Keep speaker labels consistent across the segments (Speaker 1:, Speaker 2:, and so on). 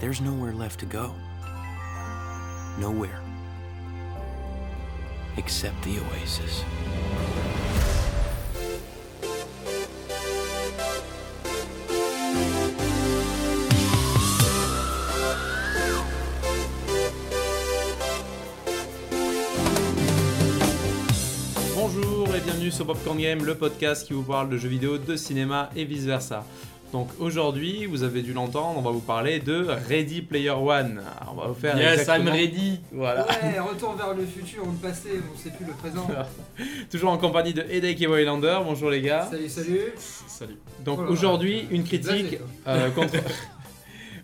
Speaker 1: There's nowhere left to go. Nowhere. Except the oasis.
Speaker 2: Bonjour et bienvenue sur Popcorn Game, le podcast qui vous parle de jeux vidéo, de cinéma et vice versa. Donc aujourd'hui, vous avez dû l'entendre, on va vous parler de Ready Player One. Alors, on va vous faire
Speaker 3: Yes, I'm
Speaker 2: exactement-
Speaker 3: ready.
Speaker 2: Voilà.
Speaker 4: Ouais, retour vers le futur ou le passé, on sait plus le présent.
Speaker 2: Toujours en compagnie de Edek et Waylander. Bonjour les gars.
Speaker 4: Salut, salut.
Speaker 3: Salut.
Speaker 2: Donc
Speaker 4: Oh là là.
Speaker 2: aujourd'hui, une
Speaker 4: Blasé,
Speaker 2: critique
Speaker 4: toi.
Speaker 2: euh, contre-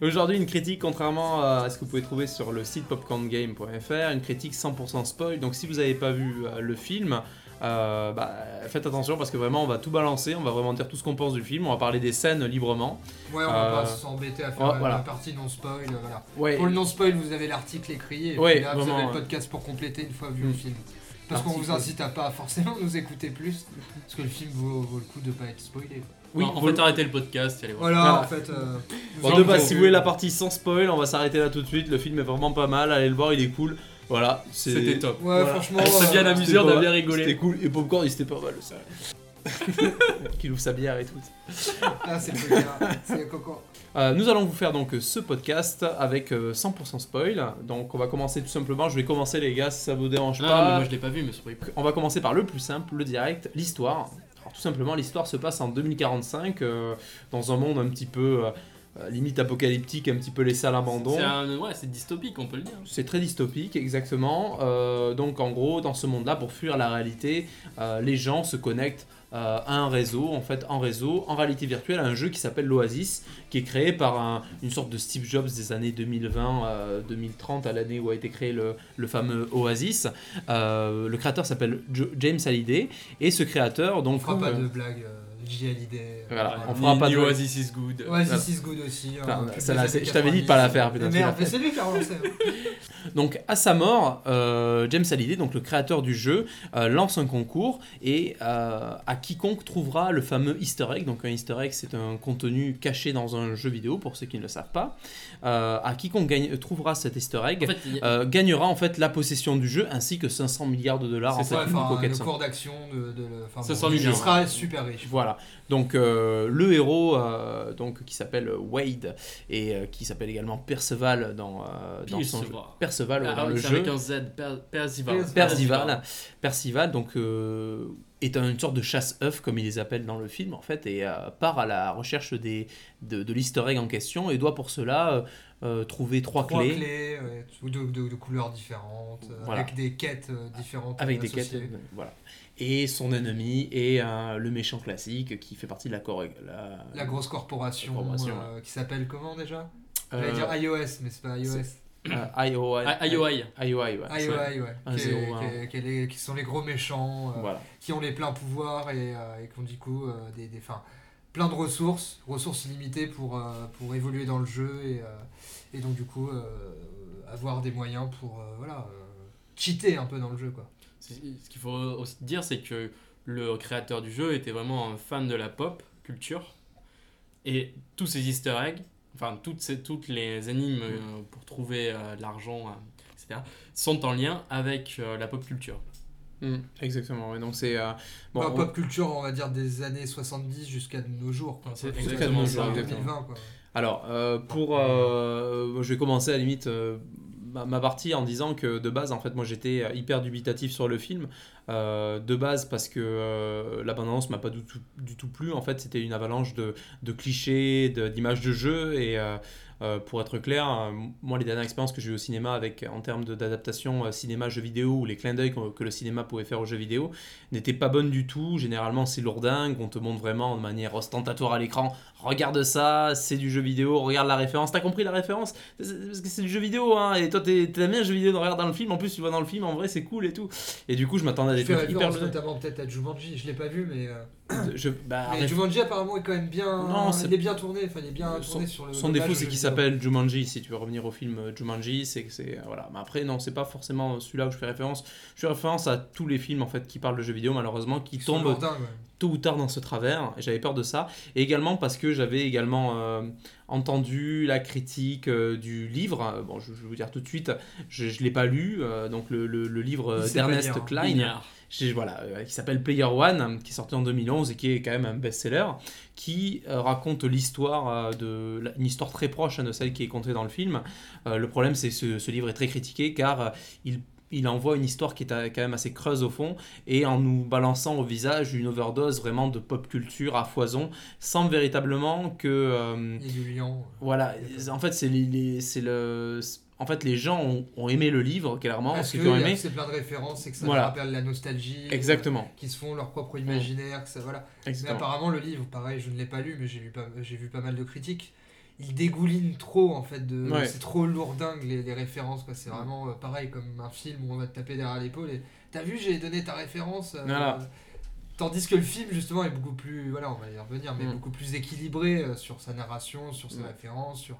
Speaker 2: Aujourd'hui, une critique, contrairement à ce que vous pouvez trouver sur le site popcorngame.fr, une critique 100% spoil. Donc, si vous n'avez pas vu euh, le film, euh, bah, faites attention parce que vraiment, on va tout balancer, on va vraiment dire tout ce qu'on pense du film, on va parler des scènes librement.
Speaker 4: Ouais, on va
Speaker 2: Euh,
Speaker 4: pas s'embêter à faire
Speaker 2: ouais,
Speaker 4: la-
Speaker 2: voilà.
Speaker 4: la partie non spoil. Voilà.
Speaker 2: Ouais,
Speaker 4: Pour le non spoil, vous avez l'article écrit et
Speaker 2: Ouais,
Speaker 4: puis là, vous
Speaker 2: vraiment,
Speaker 4: avez le
Speaker 2: ouais.
Speaker 4: podcast pour compléter une fois vu
Speaker 2: Mm.
Speaker 4: le film. Parce qu'on vous
Speaker 2: Article.
Speaker 4: incite à pas forcément nous écouter plus, parce que le film vaut, vaut le coup de pas être spoilé. quoi.
Speaker 2: oui,
Speaker 3: on
Speaker 2: vous-
Speaker 3: va arrêter le podcast et aller voir.
Speaker 4: Voilà,
Speaker 2: Voilà.
Speaker 4: en fait. euh,
Speaker 2: Bon,
Speaker 4: vous
Speaker 2: de
Speaker 4: en
Speaker 2: base,
Speaker 4: faut
Speaker 2: si vous
Speaker 4: plus.
Speaker 2: voulez la partie sans spoil, on va s'arrêter là tout de suite. Le film est vraiment pas mal, allez le voir, il est cool. Voilà, c'est-
Speaker 3: C'était top.
Speaker 4: Ouais,
Speaker 2: Voilà.
Speaker 4: franchement.
Speaker 3: On s'est
Speaker 4: euh,
Speaker 3: bien
Speaker 2: C'était
Speaker 3: amusé, on
Speaker 2: pas-
Speaker 3: a bien rigolé.
Speaker 2: C'était cool, et Popcorn, il s'était pas mal aussi. Qu'il ouvre sa bière et tout.
Speaker 4: Là, c'est le cas. C'est le coco.
Speaker 2: Euh, nous allons vous faire donc euh, ce podcast avec euh, 100% spoil. Donc on va commencer tout simplement. Je vais commencer les gars si ça vous dérange
Speaker 3: Non, non, mais
Speaker 2: pas.
Speaker 3: moi je l'ai pas vu, mais c'est pas
Speaker 2: On va commencer par le plus simple, le direct, l'histoire. Alors tout simplement l'histoire se passe en 2045 euh, dans un monde un petit peu euh, euh, limite apocalyptique, un petit peu laissé à l'abandon.
Speaker 3: C'est un- ouais, c'est dystopique, on peut le dire.
Speaker 2: C'est très dystopique, exactement. Euh, donc, en gros, dans ce monde-là, pour fuir la réalité, euh, les gens se connectent euh, à un réseau, en fait, en réseau, en réalité virtuelle, à un jeu qui s'appelle l'Oasis, qui est créé par un- une sorte de Steve Jobs des années euh, 2020-2030, à l'année où a été créé le, le fameux Oasis. Euh, le créateur s'appelle Jo- James Hallyday, et ce créateur, donc.
Speaker 4: On fera pas
Speaker 2: euh,
Speaker 4: de blague, euh, J. Hallyday.
Speaker 2: Voilà,
Speaker 4: Ouais.
Speaker 2: on fera
Speaker 3: Ah, Ni-
Speaker 2: pas
Speaker 3: ni
Speaker 2: de-
Speaker 3: Oasis is good.
Speaker 4: Ouais,
Speaker 2: Voilà.
Speaker 4: This is good aussi. hein,
Speaker 2: Putain,
Speaker 4: plus
Speaker 2: celle-là,
Speaker 4: des
Speaker 2: c'est-
Speaker 4: années
Speaker 2: je t'avais dit de pas la faire, putain,
Speaker 4: Mais
Speaker 2: tu l'as
Speaker 4: Merde,
Speaker 2: fait.
Speaker 4: mais c'est lui qui a relancé. hein.
Speaker 2: Donc à sa mort, euh, James Hallyday, donc le créateur du jeu, euh, lance un concours et euh, à quiconque trouvera le fameux Easter egg, donc un Easter egg c'est un contenu caché dans un jeu vidéo pour ceux qui ne le savent pas, euh, à quiconque gagne- trouvera cet Easter egg
Speaker 3: En fait, il y a-
Speaker 2: euh, gagnera en fait la possession du jeu ainsi que 500 milliards de dollars en
Speaker 4: C'est
Speaker 2: fait,
Speaker 4: ça,
Speaker 2: du
Speaker 4: enfin, hein,
Speaker 2: Pocket
Speaker 4: le
Speaker 2: Center.
Speaker 4: cours d'action de, de le- enfin,
Speaker 3: Ça
Speaker 4: bon,
Speaker 3: sent
Speaker 4: du
Speaker 3: mignon.
Speaker 4: jeu sera super riche.
Speaker 2: Voilà. Donc euh, le héros euh, donc qui s'appelle Wade et euh, qui s'appelle également Perceval dans, euh, dans son jeu.
Speaker 3: Perceval.
Speaker 2: Perceval ouais,
Speaker 3: Ah,
Speaker 2: dans
Speaker 3: oui,
Speaker 2: le
Speaker 3: c'est
Speaker 2: jeu.
Speaker 3: avec un Z, Per- Percival.
Speaker 2: Percival, Percival donc, euh, est une sorte de chasse-œuf, comme il les appelle dans le film, en fait, et euh, part à la recherche des, de, de l'easter egg en question et doit pour cela euh, euh, trouver trois,
Speaker 4: Trois
Speaker 2: clés,
Speaker 4: clés, ouais, ou de, de- de couleurs différentes, euh,
Speaker 2: Voilà.
Speaker 4: avec des quêtes euh, différentes.
Speaker 2: avec
Speaker 4: euh,
Speaker 2: des quêtes.
Speaker 4: associées.
Speaker 2: euh, Voilà. Et son ennemi est euh, le méchant classique qui fait partie de la, corré- la,
Speaker 4: La grosse corporation
Speaker 2: La euh, corporation,
Speaker 4: euh, qui s'appelle comment déjà J'allais
Speaker 2: euh,
Speaker 4: dire iOS, mais c'est pas iOS.
Speaker 2: euh, IOI.
Speaker 3: Ah,
Speaker 2: IOI,
Speaker 3: IOI.
Speaker 2: ouais. Ouais.
Speaker 4: IOI, ouais.
Speaker 2: Un
Speaker 4: Qui, est-
Speaker 2: zéro,
Speaker 4: qui
Speaker 2: un.
Speaker 4: est- qui est les- qui sont les gros méchants, euh,
Speaker 2: Voilà.
Speaker 4: qui ont les pleins pouvoirs et, euh, et qui ont du coup euh, des, des, enfin, plein de ressources, ressources illimitées pour, euh, pour évoluer dans le jeu et, euh, et donc du coup euh, avoir des moyens pour euh, voilà, euh, cheater un peu dans le jeu. Quoi.
Speaker 3: C'est- Ce qu'il faut aussi dire, c'est que le créateur du jeu était vraiment un fan de la pop culture. Et tous ces easter eggs, enfin toutes, ces, toutes les énigmes euh, pour trouver euh, de l'argent, euh, etc., sont en lien avec euh, la pop culture.
Speaker 2: Mm, exactement. ouais. Donc c'est. euh, bon,
Speaker 4: Enfin,
Speaker 2: on-
Speaker 4: Pop culture, on va dire des années 70 jusqu'à nos jours. quoi.
Speaker 3: C'est
Speaker 4: Enfin,
Speaker 3: exactement
Speaker 4: jusqu'à
Speaker 3: ça,
Speaker 4: 2020,
Speaker 2: exactement.
Speaker 4: quoi.
Speaker 2: Alors, euh, pour. euh, je vais commencer à la limite euh, ma, ma partie en disant que de base, en fait, moi j'étais euh, hyper dubitatif sur le film. Euh, de base, parce que euh, la bande-annonce m'a pas du tout, du tout plu. En fait, c'était une avalanche de, de clichés, de- d'images de, jeu. Et euh, euh, pour être clair, euh, moi, les dernières expériences que j'ai eues au cinéma avec, en termes de- d'adaptation cinéma-jeux vidéo ou les clins d'œil qu'on- que, le cinéma pouvait faire aux jeux vidéo n'étaient pas bonnes du tout. Généralement, c'est lourdingue. On te montre vraiment de manière ostentatoire à l'écran regarde ça, c'est du jeu vidéo, regarde la référence. T'as compris la référence C'est- c'est- Parce que c'est du jeu vidéo, hein. Et toi, t'es- t'aimes bien le jeu vidéo, de regarder dans le film. En plus, tu vois dans le film, en vrai, c'est cool et tout. Et du coup, je m'attendais à
Speaker 4: Je
Speaker 2: des
Speaker 4: fais
Speaker 2: trucs hyper.
Speaker 4: référence notamment peut-être à Jumanji, je l'ai pas vu, mais euh,
Speaker 2: je, bah,
Speaker 4: Mais
Speaker 2: ref-
Speaker 4: Jumanji apparemment est quand même bien.
Speaker 2: Non, c'est-
Speaker 4: il est bien tourné. Enfin, il est bien
Speaker 2: Son-
Speaker 4: tourné sur le.
Speaker 2: Son
Speaker 4: dommage
Speaker 2: défaut,
Speaker 4: au
Speaker 2: c'est
Speaker 4: jeu
Speaker 2: qu'il
Speaker 4: vidéo.
Speaker 2: s'appelle Jumanji. Si tu veux revenir au film euh, Jumanji, c'est que c'est. euh, Voilà. Mais après, non, c'est pas forcément euh, celui-là où je fais référence. Je fais référence à tous les films en fait qui parlent de jeux vidéo, malheureusement, qui
Speaker 4: Ils sont
Speaker 2: tombent
Speaker 4: lourdins, ouais.
Speaker 2: tôt ou tard dans ce travers. et J'avais peur de ça. Et également parce que j'avais également euh, entendu la critique euh, du livre. Euh, Bon, je, je vais vous dire tout de suite, je ne l'ai pas lu. euh, donc, le, le- le livre
Speaker 4: Il
Speaker 2: euh,
Speaker 4: sait pas
Speaker 2: d'Ernest
Speaker 4: lire, hein.
Speaker 2: Klein.
Speaker 3: Lignard.
Speaker 2: J'ai- voilà, euh, qui s'appelle Player One, hein, qui est sorti en 2011 et qui est quand même un best-seller, qui euh, raconte l'histoire euh, de la- une histoire très proche hein, de celle qui est contée dans le film. Euh, le problème, c'est que ce, ce livre est très critiqué car euh, il il envoie une histoire qui est euh, quand même assez creuse au fond et en nous balançant au visage une overdose vraiment de pop culture à foison sans véritablement que euh,
Speaker 4: Il y a du lion.
Speaker 2: voilà en fait c'est les, les- c'est le en fait les gens ont, ont aimé le livre clairement
Speaker 4: Parce
Speaker 2: ceux
Speaker 4: que
Speaker 2: qui ont
Speaker 4: il y a-
Speaker 2: aimé
Speaker 4: Ah, c'est plein de références et que ça
Speaker 2: Voilà.
Speaker 4: leur rappelle la nostalgie.
Speaker 2: exactement
Speaker 4: euh, Qui se font leur propre imaginaire. Que ça, voilà. Mais
Speaker 2: exactement
Speaker 4: apparemment, le livre, pareil, je ne l'ai pas lu, mais j'ai lu, pas- j'ai vu pas mal de critiques. Il dégouline trop, en fait. de
Speaker 2: Ouais.
Speaker 4: C'est trop lourdingue, les, les références. quoi. C'est vraiment euh, pareil, comme un film où on va te taper derrière l'épaule. Et t'as vu, j'ai donné ta référence. euh,
Speaker 2: Voilà.
Speaker 4: Tandis que le film, justement, est beaucoup plus. Voilà, on va y revenir, mais
Speaker 2: Mm.
Speaker 4: beaucoup plus équilibré euh, sur sa narration, sur ses
Speaker 2: Mm.
Speaker 4: références, sur.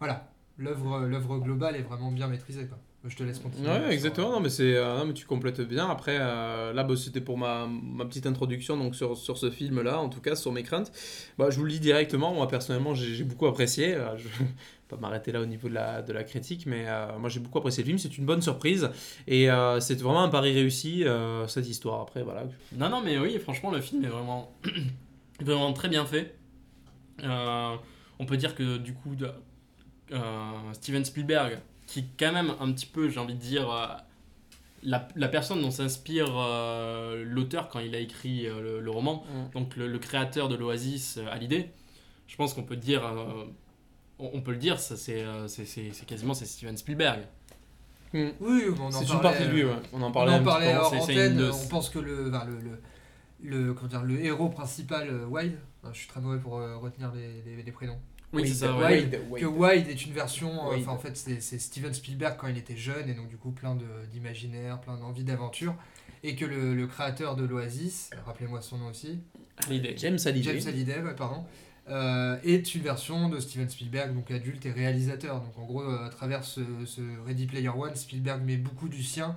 Speaker 4: Voilà. L'œuvre l'œuvre globale est vraiment bien maîtrisée, quoi. Je te laisse continuer.
Speaker 2: Ouais,
Speaker 4: sur-
Speaker 2: exactement. Non, mais c'est, euh, non, mais tu complètes bien. Après, euh, là, bah, c'était pour ma, ma petite introduction donc sur, sur ce film-là, en tout cas sur mes craintes. Bah, je vous le dis directement. Moi, personnellement, j'ai j'ai beaucoup apprécié. Euh, Je vais pas m'arrêter là au niveau de la, de la critique, mais euh, moi, j'ai beaucoup apprécié le film. C'est une bonne surprise et euh, c'est vraiment un pari réussi euh, cette histoire. Après, voilà.
Speaker 3: Non, non, mais oui, franchement, le film est vraiment, vraiment très bien fait. Euh, on peut dire que du coup, de- euh, Steven Spielberg, qui est quand même un petit peu, j'ai envie de dire, euh, la, la personne dont s'inspire euh, l'auteur quand il a écrit euh, le, le roman, donc le, le créateur de l'Oasis à l'idée, je pense qu'on peut dire, euh, on, on peut le dire, ça, c'est, euh, c'est, c'est- c'est quasiment c'est Steven Spielberg.
Speaker 4: Oui, mais on en
Speaker 2: C'est une
Speaker 4: parlait,
Speaker 2: partie de lui.
Speaker 4: euh,
Speaker 2: ouais. On en
Speaker 4: On
Speaker 2: parlait. un
Speaker 4: en
Speaker 2: petit
Speaker 4: parlait
Speaker 2: peu.
Speaker 4: hors
Speaker 3: c'est- c'est
Speaker 4: antenne, euh,
Speaker 3: une de-
Speaker 4: on pense que le, enfin, le, le, le- comment dire, le héros principal, euh, Wild, hein, je suis très mauvais pour euh, retenir les, les- les prénoms,
Speaker 3: Oui, c'est ça,
Speaker 4: Wade,
Speaker 3: ouais.
Speaker 4: Wade.
Speaker 2: Wade.
Speaker 4: que Wild est une version, euh,
Speaker 2: Wild.
Speaker 4: enfin en fait c'est c'est Steven Spielberg quand il était jeune, et donc du coup plein de- d'imaginaire, plein d'envie d'aventure, et que le, le créateur de l'Oasis, rappelez-moi son nom aussi,
Speaker 3: Hallyday.
Speaker 2: James Hallyday.
Speaker 4: James Hallyday, ouais, pardon, euh, est une version de Steven Spielberg, donc adulte et réalisateur. Donc en gros, euh, à travers ce, ce Ready Player One, Spielberg met beaucoup du sien,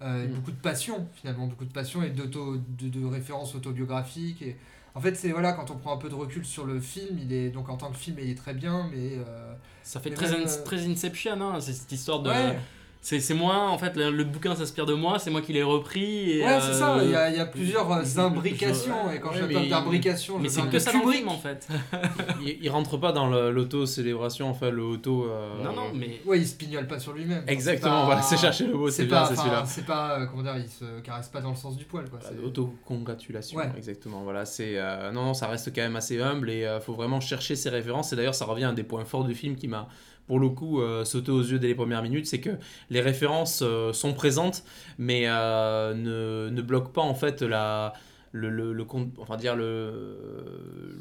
Speaker 4: euh, et
Speaker 2: Mm.
Speaker 4: beaucoup de passion finalement, beaucoup de passion et d'auto, de, de références autobiographiques. Et... En fait, c'est voilà, quand on prend un peu de recul sur le film, il est donc en tant que film, il est très bien, mais euh,
Speaker 3: Ça fait
Speaker 4: Mais
Speaker 3: très,
Speaker 4: même,
Speaker 3: in-
Speaker 4: euh,
Speaker 3: très Inception, hein, c'est cette histoire de.
Speaker 4: ouais,
Speaker 3: C'est c'est moi, en fait, le, le bouquin s'inspire de moi, c'est moi qui l'ai repris. Et,
Speaker 4: ouais, c'est ça.
Speaker 3: euh,
Speaker 4: Il y a, il y a plusieurs euh,
Speaker 3: je-
Speaker 4: imbrications, et quand
Speaker 2: ouais,
Speaker 4: je
Speaker 2: mais-
Speaker 4: parle d'imbrications,
Speaker 3: Mais
Speaker 4: je
Speaker 3: c'est
Speaker 4: parle
Speaker 3: que
Speaker 4: de
Speaker 3: ça dans le
Speaker 4: Kubrick.
Speaker 3: film, en fait.
Speaker 2: Il, il rentre pas dans le- l'auto-célébration, enfin le auto. euh,
Speaker 3: Non, non, mais.
Speaker 4: Ouais, il se pignole pas sur lui-même. Ah.
Speaker 2: Exactement,
Speaker 4: pas-
Speaker 2: voilà, c'est chercher le mot, c'est
Speaker 4: C'est
Speaker 2: bien,
Speaker 4: pas,
Speaker 2: c'est
Speaker 4: enfin,
Speaker 2: celui-là.
Speaker 4: c'est pas, euh, comment dire, il se caresse pas dans le sens du poil, quoi.
Speaker 2: Voilà,
Speaker 4: c'est-
Speaker 2: Autocongratulation,
Speaker 4: Ouais.
Speaker 2: exactement. Voilà, c'est euh, non, non, ça reste quand même assez humble et euh, faut vraiment chercher ses références. Et d'ailleurs, ça revient à un des points forts du film qui m'a, pour le coup, euh, sauté aux yeux dès les premières minutes, c'est que les références euh, sont présentes, mais euh, ne, ne bloquent pas en fait la le, le, le con- enfin dire le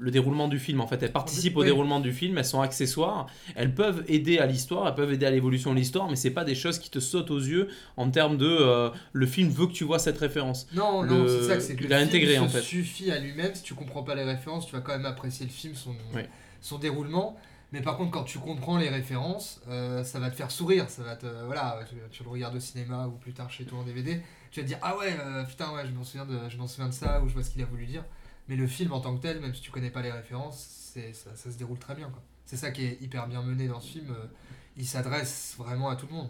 Speaker 2: le déroulement du film en fait elles participent au
Speaker 4: Oui.
Speaker 2: déroulement du film elles sont accessoires elles peuvent aider à l'histoire elles peuvent aider à l'évolution de l'histoire mais c'est pas des choses qui te sautent aux yeux en termes de euh, le film veut que tu vois cette référence
Speaker 4: Non,
Speaker 2: Le-
Speaker 4: non, c'est ça que c'est que
Speaker 2: il
Speaker 4: le
Speaker 2: a
Speaker 4: film
Speaker 2: intégré,
Speaker 4: se
Speaker 2: en fait.
Speaker 4: suffit à lui-même. Si tu comprends pas les références, tu vas quand même apprécier le film, son,
Speaker 2: Ouais.
Speaker 4: son déroulement. Mais par contre, quand tu comprends les références, euh, ça va te faire sourire. Ça va te, euh, voilà, tu, tu le regardes au cinéma ou plus tard chez toi en DVD. Tu vas te dire ah ouais, euh, putain ouais, je m'en souviens de, je m'en souviens de ça ou je vois ce qu'il a voulu dire. Mais le film en tant que tel, même si tu connais pas les références, c'est ça, ça se déroule très bien. quoi. C'est ça qui est hyper bien mené dans ce film. euh, Il s'adresse vraiment à tout le monde.